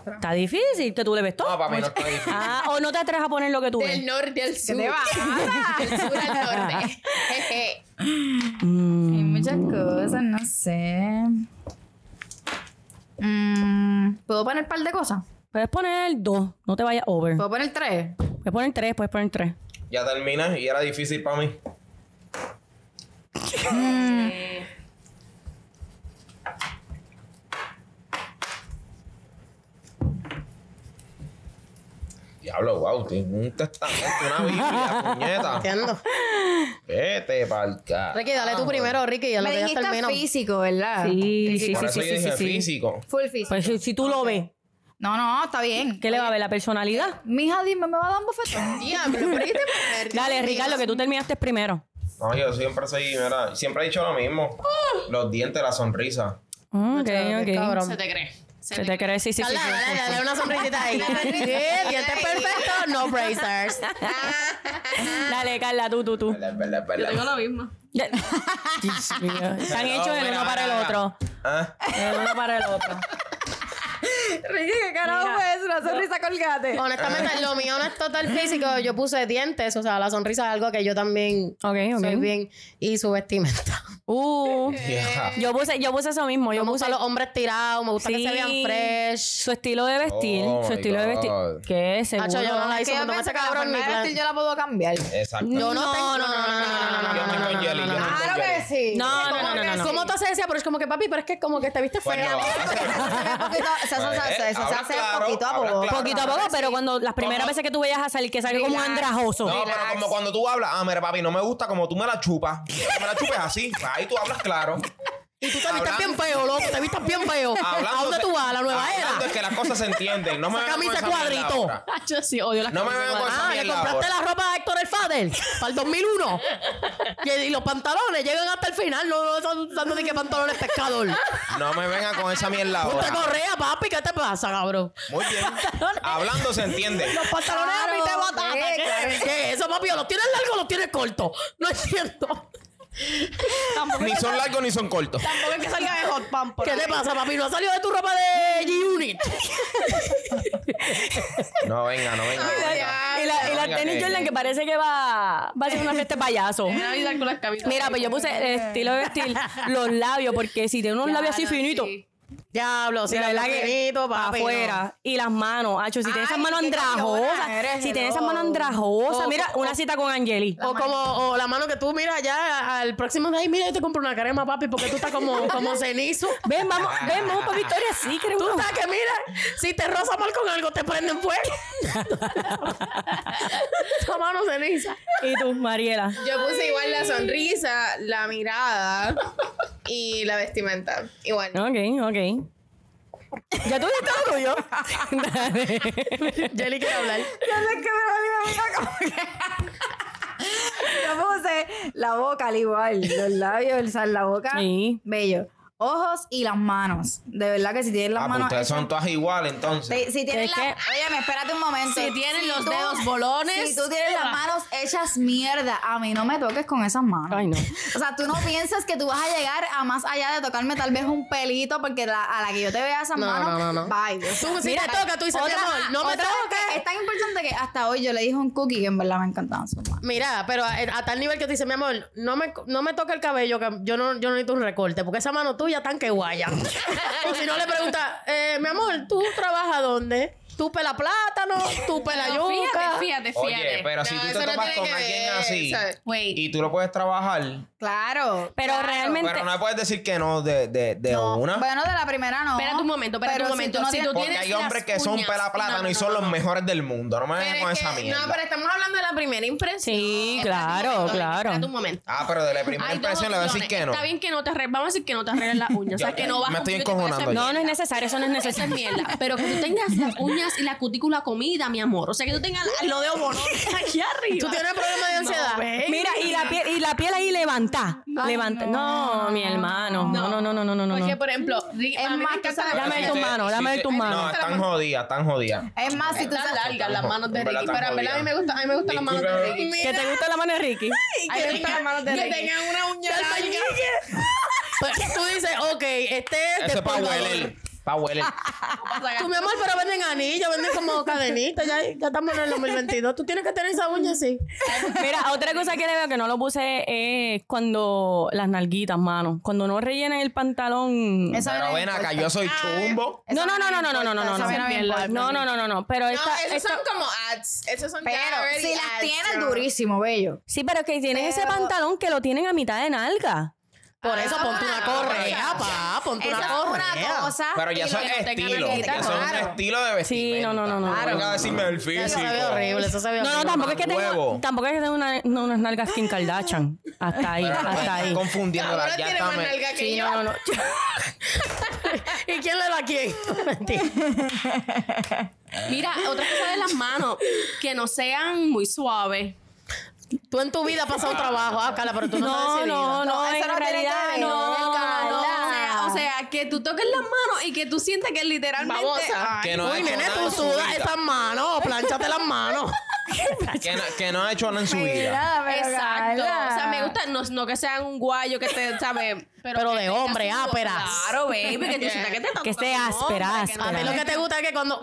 Speaker 3: Está difícil, que tú le ves todo.
Speaker 1: No, para mí no está difícil.
Speaker 3: Ah, o no te atreves a poner lo que tú
Speaker 6: Del
Speaker 3: ves.
Speaker 6: norte al sur.
Speaker 5: te va?
Speaker 6: Del sur al norte. Jeje.
Speaker 3: Mm,
Speaker 5: Hay muchas cosas, no sé. Mm, ¿Puedo poner un par de cosas?
Speaker 3: puedes poner dos, no te vayas over.
Speaker 5: ¿Puedo poner tres?
Speaker 3: Puedes poner tres, puedes poner tres.
Speaker 1: Ya terminé y era difícil para mí.
Speaker 3: Mm.
Speaker 1: Diablo, wow, tiene un testamento, una Biblia, puñeta.
Speaker 2: ¿Entiendo?
Speaker 1: Vete pa'l carajo.
Speaker 2: Ricky, dale tú primero, Ricky, y en lo
Speaker 5: Me
Speaker 2: que ya
Speaker 5: dijiste
Speaker 2: está el menos.
Speaker 5: físico, ¿verdad?
Speaker 3: Sí, sí,
Speaker 1: Por
Speaker 3: sí,
Speaker 1: eso
Speaker 3: sí,
Speaker 1: yo
Speaker 3: sí,
Speaker 1: dije
Speaker 3: sí, sí.
Speaker 1: físico.
Speaker 5: Full físico.
Speaker 3: Pues si, si tú lo ves,
Speaker 5: No, no, está bien.
Speaker 3: ¿qué le va a ver? ¿La personalidad?
Speaker 5: Mija, dime, ¿me va a dar un bofetón?
Speaker 6: Diablo, Ah, pero ¿qué te mujer?
Speaker 3: Dale, Ricardo, que tú terminaste primero.
Speaker 1: No, yo siempre soy, mira, siempre he dicho lo mismo. Los dientes, la sonrisa.
Speaker 3: Ok,
Speaker 2: Qué
Speaker 3: ok.
Speaker 2: Cabrón.
Speaker 4: Se te cree. Se
Speaker 3: Se te cree, sí, sí, sí.
Speaker 2: Dale,
Speaker 3: sí.
Speaker 2: dale, dale una sonrisita ahí. Sí, dientes perfectos, no bracers.
Speaker 3: Dale, Carla, tú, tú, tú.
Speaker 1: Verdad, es verdad, es
Speaker 4: Yo
Speaker 1: verdad.
Speaker 4: tengo lo mismo.
Speaker 3: Ya- Dios mío. Están
Speaker 1: No,
Speaker 3: hechos el
Speaker 1: mira,
Speaker 3: uno para
Speaker 1: mira,
Speaker 3: el otro.
Speaker 1: Ah,
Speaker 3: El uno para el otro.
Speaker 5: Ricky, ¿qué carajo
Speaker 3: Mira,
Speaker 5: fue eso? Una sonrisa colgate.
Speaker 2: Honestamente, lo mío no es total físico. Yo puse dientes, o sea, la sonrisa es algo que yo también
Speaker 3: Ok,
Speaker 2: soy
Speaker 3: ok.
Speaker 2: bien. Y su vestimenta.
Speaker 3: Uh,
Speaker 2: Eh,
Speaker 1: yeah.
Speaker 3: yo puse, yo puse eso mismo. Yo
Speaker 2: Me
Speaker 3: puse
Speaker 2: gustan los hombres tirados, me gusta que se vean
Speaker 3: Sí.
Speaker 2: fresh.
Speaker 3: su estilo de vestir.
Speaker 1: Oh
Speaker 3: su
Speaker 1: my
Speaker 3: estilo de vestir.
Speaker 1: God.
Speaker 3: ¿Qué?
Speaker 2: Hacho,
Speaker 3: Seguro.
Speaker 2: yo no la
Speaker 5: Es
Speaker 2: hice
Speaker 5: que yo
Speaker 2: cuando me
Speaker 5: pensé que la
Speaker 2: cabrón
Speaker 5: forma
Speaker 2: ni
Speaker 5: de
Speaker 2: plan.
Speaker 5: vestir yo la puedo cambiar.
Speaker 1: Exacto.
Speaker 2: Yo no, tengo- no, no, no, no, no, no,
Speaker 1: Yo
Speaker 2: no,
Speaker 1: estoy
Speaker 2: no,
Speaker 1: con
Speaker 2: no,
Speaker 1: Yeli,
Speaker 2: no,
Speaker 1: yo
Speaker 2: no.
Speaker 1: estoy
Speaker 5: Claro
Speaker 1: con
Speaker 5: que
Speaker 1: Yeli.
Speaker 5: sí.
Speaker 3: No, no,
Speaker 5: ¿Cómo
Speaker 3: no, no,
Speaker 5: que
Speaker 3: no, no.
Speaker 5: sí?
Speaker 2: ¿Cómo tú haces decía? Pero es como que papi, pero es que como que te viste
Speaker 1: Cuando
Speaker 2: fea.
Speaker 5: Un poquito- se hace- se hace- se
Speaker 1: Pues, Habla
Speaker 5: hace
Speaker 1: claro,
Speaker 5: poquito a
Speaker 1: habla
Speaker 5: poco.
Speaker 1: claro.
Speaker 3: Poquito a poco, pero cuando las primeras
Speaker 1: ¿Cómo?
Speaker 3: veces que tú vayas a salir, que salga como un
Speaker 5: Relax.
Speaker 3: andrajoso.
Speaker 1: No, pero como cuando tú hablas, ah, mira, papi, no me gusta como tú me la chupas. Quiero que me la chupes así. pues Ahí tú hablas claro.
Speaker 2: Y tú te vistes
Speaker 1: Hablando-
Speaker 2: bien feo, loco, te vistes bien feo. ¿A dónde tú vas? ¿A la nueva era?
Speaker 1: Hablando Es que las cosas se entienden. No me
Speaker 2: Esa
Speaker 1: vengan con
Speaker 2: camisa
Speaker 1: esa mierda
Speaker 2: cuadrito.
Speaker 1: ahora.
Speaker 4: Yo sí odio las
Speaker 1: No me
Speaker 4: cosas
Speaker 1: vengan con
Speaker 4: iguales.
Speaker 1: esa
Speaker 2: Ah, le
Speaker 1: mierda
Speaker 2: compraste
Speaker 1: ahora.
Speaker 2: la ropa a Héctor el Fader para el 2001. y, y los pantalones llegan hasta el final. No, no están usando ni que pantalones pescador.
Speaker 1: No me vengan con esa mierda
Speaker 2: Ponte
Speaker 1: ahora.
Speaker 2: correa, papi. ¿Qué te pasa, cabrón?
Speaker 1: Muy bien. Hablando se entiende.
Speaker 2: Los pantalones a mí te
Speaker 5: Claro,
Speaker 2: batata.
Speaker 5: sí,
Speaker 2: ¿Qué, ¿Qué es eso, papi? ¿O los tienes largos o los tienes cortos? No entiendo.
Speaker 4: Tampoco
Speaker 1: Ni son largos ni son cortos.
Speaker 4: tampoco es que salga de Hot Pump. por
Speaker 2: ¿Qué
Speaker 4: ahí.
Speaker 2: te pasa, papi? ¿No has salido de tu ropa de G-Unit?
Speaker 1: No, venga, no venga. Ah, no venga.
Speaker 3: Y la, y la
Speaker 1: Venga,
Speaker 3: tenis
Speaker 1: que-
Speaker 3: Jordan que parece que va, va a ser una fiesta de payaso.
Speaker 4: En Navidad con las cabitas.
Speaker 3: Mira, pues yo puse el estilo de vestir los labios, porque si tiene unos
Speaker 4: Ya,
Speaker 3: labios así
Speaker 4: no,
Speaker 3: finitos,
Speaker 4: sí.
Speaker 2: Diablo, si
Speaker 3: de
Speaker 2: la
Speaker 3: verdad
Speaker 2: verdad
Speaker 3: que afuera. Y las manos, Hacho, si tiene esas
Speaker 5: Ay,
Speaker 3: manos
Speaker 5: qué cabrona
Speaker 3: andrajosas,
Speaker 5: eres,
Speaker 3: si tiene esas
Speaker 5: hello.
Speaker 3: manos andrajosas,
Speaker 2: O-
Speaker 3: mira, una cita con Angeli.
Speaker 2: O como o la mano que tú miras ya al próximo día, "Ay, mira, yo te compro una crema, papi, porque tú estás como, como cenizo.
Speaker 3: Ven, vamos, ven, vamos para Victoria Secret.
Speaker 2: Tú
Speaker 3: vamos.
Speaker 2: sabes que mira, si te rozas mal con algo, te prenden fuego. Esa mano ceniza.
Speaker 3: Y tú, Mariela.
Speaker 6: Yo puse igual la sonrisa, la mirada y la vestimenta. Igual.
Speaker 3: Ok, ok. ¿Ya tú dijiste algo yo? Dale.
Speaker 2: Jelly quiere hablar.
Speaker 5: Yo sé que me dolía a mí la boca. Yo puse la boca al igual, los labios, o sea, la boca.
Speaker 3: Sí.
Speaker 5: Bello. ojos y las manos. De verdad que si tienes las
Speaker 1: Ah, pues
Speaker 5: manos.
Speaker 1: ustedes son todas iguales entonces.
Speaker 5: Te- Si tienes
Speaker 3: Es
Speaker 5: la,
Speaker 3: que-
Speaker 5: óyeme, espérate un momento.
Speaker 4: Si tienes los
Speaker 5: tú-
Speaker 4: dedos bolones.
Speaker 5: Si tú tienes las manos hechas mierda, a mí no me toques con esas manos.
Speaker 3: Ay, no.
Speaker 5: O sea, tú no piensas que tú vas a llegar a más allá de tocarme tal vez un pelito, porque la- a la que yo te vea esas
Speaker 2: No,
Speaker 5: manos,
Speaker 2: no, no, no.
Speaker 5: bye. O sea,
Speaker 6: Tú, si
Speaker 5: mira,
Speaker 6: te toca, tú dices, mi
Speaker 5: otra-
Speaker 6: amor, no me
Speaker 5: otra vez
Speaker 6: toques.
Speaker 5: que Es tan importante que hasta hoy yo le dije a un cookie que en verdad me encantaban sus manos.
Speaker 2: Mira, pero a, a tal nivel que te dice, mi amor, no me, no me toca el cabello, que yo no, yo no necesito un recorte, porque esa mano tuya tan que guaya. o si no le pregunta, eh, mi amor, ¿tú trabajas dónde? ¿Tú pela plátano? ¿Tú pela
Speaker 4: No,
Speaker 2: yuca?
Speaker 4: fíjate, fíjate,
Speaker 1: Oye,
Speaker 4: fíjate.
Speaker 1: pero si
Speaker 6: No,
Speaker 1: tú
Speaker 6: eso
Speaker 1: te
Speaker 6: no
Speaker 1: topas
Speaker 6: tiene
Speaker 1: con
Speaker 6: que
Speaker 1: alguien
Speaker 6: ver,
Speaker 1: así
Speaker 6: ¿sabes?
Speaker 5: Wait.
Speaker 1: y tú lo puedes trabajar,
Speaker 5: Claro.
Speaker 3: Pero
Speaker 5: claro.
Speaker 3: realmente.
Speaker 1: pero no le puedes decir que no de, de, de
Speaker 5: No,
Speaker 1: una.
Speaker 5: Bueno, de la primera no.
Speaker 4: Espérate un momento, espérate
Speaker 5: Pero
Speaker 4: un
Speaker 5: si
Speaker 4: momento.
Speaker 5: tú no
Speaker 4: Si
Speaker 5: tienes-
Speaker 4: tú
Speaker 1: porque
Speaker 4: tienes
Speaker 1: hay hombres
Speaker 4: las
Speaker 1: que son
Speaker 4: uñas.
Speaker 1: pela plátano
Speaker 4: No,
Speaker 1: y
Speaker 4: no,
Speaker 1: son
Speaker 4: no,
Speaker 1: los
Speaker 4: no.
Speaker 1: mejores del mundo. No me
Speaker 6: Pero
Speaker 1: vengas
Speaker 6: es
Speaker 1: con
Speaker 6: que-
Speaker 1: esa mierda.
Speaker 6: No, pero estamos hablando de la primera impresión.
Speaker 3: Sí,
Speaker 6: Espérate un
Speaker 3: claro,
Speaker 6: momento,
Speaker 3: Oh, claro.
Speaker 6: Espérate un momento.
Speaker 1: Ah, pero de la primera
Speaker 4: Hay dos
Speaker 1: impresión le voy a decir
Speaker 4: opciones.
Speaker 1: que no.
Speaker 4: Está bien que no te arregles. Vamos a decir que no te arregles las uñas. o
Speaker 1: Ya,
Speaker 4: sea, que
Speaker 1: ya,
Speaker 4: no vas
Speaker 1: me
Speaker 4: a
Speaker 1: estoy
Speaker 4: cumplir con esa
Speaker 1: encojonando
Speaker 4: mierda.
Speaker 1: ya.
Speaker 3: No, no es necesario, eso no es
Speaker 4: Esa es
Speaker 3: necesario.
Speaker 4: mierda. Pero que tú tengas las uñas y la cutícula comida, mi amor. O sea, que tú tengas lo de bonos aquí arriba.
Speaker 2: ¿Tú tienes problema de ansiedad?
Speaker 3: Mira, y la piel, y la piel ahí levanta. Levanta. No, mi hermano. No, no, no, no, no, no. no.
Speaker 6: Porque, por ejemplo, Rick,
Speaker 5: Es
Speaker 6: a mí me
Speaker 5: más que
Speaker 6: encanta
Speaker 5: saber-
Speaker 6: la
Speaker 3: Dame
Speaker 1: Si
Speaker 3: tus
Speaker 1: te-
Speaker 3: manos,
Speaker 1: si
Speaker 3: dame
Speaker 1: te-
Speaker 3: tus manos.
Speaker 1: No, están jodidas, están jodidas.
Speaker 5: Es más, si tú
Speaker 6: Están
Speaker 5: sabes.
Speaker 6: largas las manos de
Speaker 1: En verdad
Speaker 6: Ricky, pero
Speaker 1: están
Speaker 6: en verdad a
Speaker 1: jodidas.
Speaker 6: mí me gustan, a mí me gustan las manos de
Speaker 1: Discúlpeme.
Speaker 6: Ricky.
Speaker 3: Que te gusta la mano de Ricky.
Speaker 6: A mí me gustan las manos de
Speaker 2: que
Speaker 6: Ricky.
Speaker 2: tengan
Speaker 6: una uña
Speaker 2: Pues tú dices, ok, este es
Speaker 1: Eso es para
Speaker 2: despolvador.
Speaker 1: hueler. Para hueler.
Speaker 2: Tú, mi amor, pero venden anillos, venden como cadenitas, ya, ya estamos en el 2022. Tú tienes que tener esa uña así.
Speaker 3: Mira, otra cosa que le veo que no lo puse es cuando las nalguitas, mano. Cuando no rellenen el pantalón.
Speaker 5: Eso
Speaker 1: Pero
Speaker 5: no
Speaker 1: ven acá,
Speaker 5: importa.
Speaker 1: yo soy chumbo.
Speaker 5: Eso
Speaker 3: No, no, no, no, no, no, no, no, no.
Speaker 5: Eso a mí no me importa.
Speaker 3: No, no, no, no, no. Pero
Speaker 6: No,
Speaker 3: esta,
Speaker 6: esos
Speaker 3: esta-
Speaker 6: son como ads. Esos son
Speaker 5: Pero
Speaker 6: charity
Speaker 5: si las
Speaker 6: ads,
Speaker 5: tienes,
Speaker 6: ¿no?
Speaker 5: durísimo, bello.
Speaker 3: Sí, pero que tienen ese
Speaker 5: Pero-
Speaker 3: pantalón que lo tienen a mitad de nalga.
Speaker 2: Por eso ponte una
Speaker 6: Ah,
Speaker 2: correa, pa, ponte
Speaker 5: Eso
Speaker 2: una
Speaker 5: es una
Speaker 2: correa.
Speaker 5: cosa.
Speaker 1: Pero ya
Speaker 5: Ah, y
Speaker 1: eso
Speaker 5: lo
Speaker 1: es
Speaker 5: que no tenga
Speaker 1: estilo.
Speaker 5: nalguita,
Speaker 1: Ya eso es un
Speaker 5: claro.
Speaker 1: estilo de vestimenta.
Speaker 3: Sí, no, no, no, no.
Speaker 1: No venga a decirme el
Speaker 2: Eso se ve
Speaker 1: físico.
Speaker 2: horrible, eso se ve
Speaker 3: No,
Speaker 2: horrible.
Speaker 3: no, tampoco es que
Speaker 1: Huevo.
Speaker 3: tengo, tampoco es que tengo una- no, unas nalgas Kim Kardashian. Hasta ahí,
Speaker 1: Pero
Speaker 3: hasta
Speaker 1: están
Speaker 3: ahí.
Speaker 1: Confundiendo
Speaker 6: Ahora
Speaker 1: la ya
Speaker 6: tiene
Speaker 1: está
Speaker 6: más
Speaker 1: me-
Speaker 6: nalga que
Speaker 3: Sí,
Speaker 6: yo.
Speaker 3: no, no, no.
Speaker 2: ¿Y quién le da a quién? Mentira.
Speaker 4: Mira, otra cosa de las manos, que no sean muy suaves.
Speaker 2: Tú en tu vida has pasado trabajo, ah, Carla, pero tú no, estás
Speaker 3: No,
Speaker 2: decidida.
Speaker 3: no, no, en realidad no.
Speaker 4: No, no,
Speaker 3: Carla.
Speaker 4: o, sea, o sea, que tú toques las manos y que tú sientas que literalmente.
Speaker 6: Babosa.
Speaker 1: Que no ha
Speaker 2: Uy,
Speaker 1: hecho
Speaker 2: nene,
Speaker 1: nada
Speaker 2: tú
Speaker 1: en su
Speaker 2: sudas
Speaker 1: vida.
Speaker 2: esas manos, planchate las manos.
Speaker 1: Que no- Que no ha hecho nada en su vida.
Speaker 5: Mira, pero
Speaker 4: Exacto.
Speaker 5: Carla.
Speaker 4: O sea, me gusta, no, no que sean un guayo que te, ¿sabes?
Speaker 2: Pero
Speaker 4: que
Speaker 2: de
Speaker 4: tengas
Speaker 2: hombre,
Speaker 4: un-
Speaker 2: ásperas.
Speaker 4: Claro, baby, que tú sientas que te
Speaker 3: Que esté
Speaker 4: toca un hombre,
Speaker 3: áspera,
Speaker 4: que no-
Speaker 2: A mí lo que te gusta es que cuando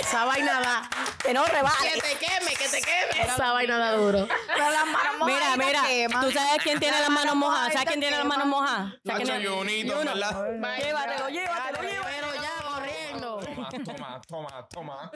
Speaker 2: esa vaina da,
Speaker 3: Que no rebale.
Speaker 6: Que te queme, que te queme.
Speaker 2: esa vaina da duro.
Speaker 5: Pero las manos
Speaker 3: Mira,
Speaker 5: mojaditas
Speaker 3: mira.
Speaker 5: queman.
Speaker 3: ¿Tú sabes quién tiene las manos mojadas? ¿Sabes quién tiene las manos mojadas?
Speaker 1: No ha
Speaker 3: ¿Sabes
Speaker 1: hecho
Speaker 3: quién es?
Speaker 1: yunito,
Speaker 3: Yuno.
Speaker 1: ¿verdad?
Speaker 3: Llévatelo, llévatelo, llévatelo.
Speaker 2: Pero ya corriendo.
Speaker 1: Toma, toma, toma, toma.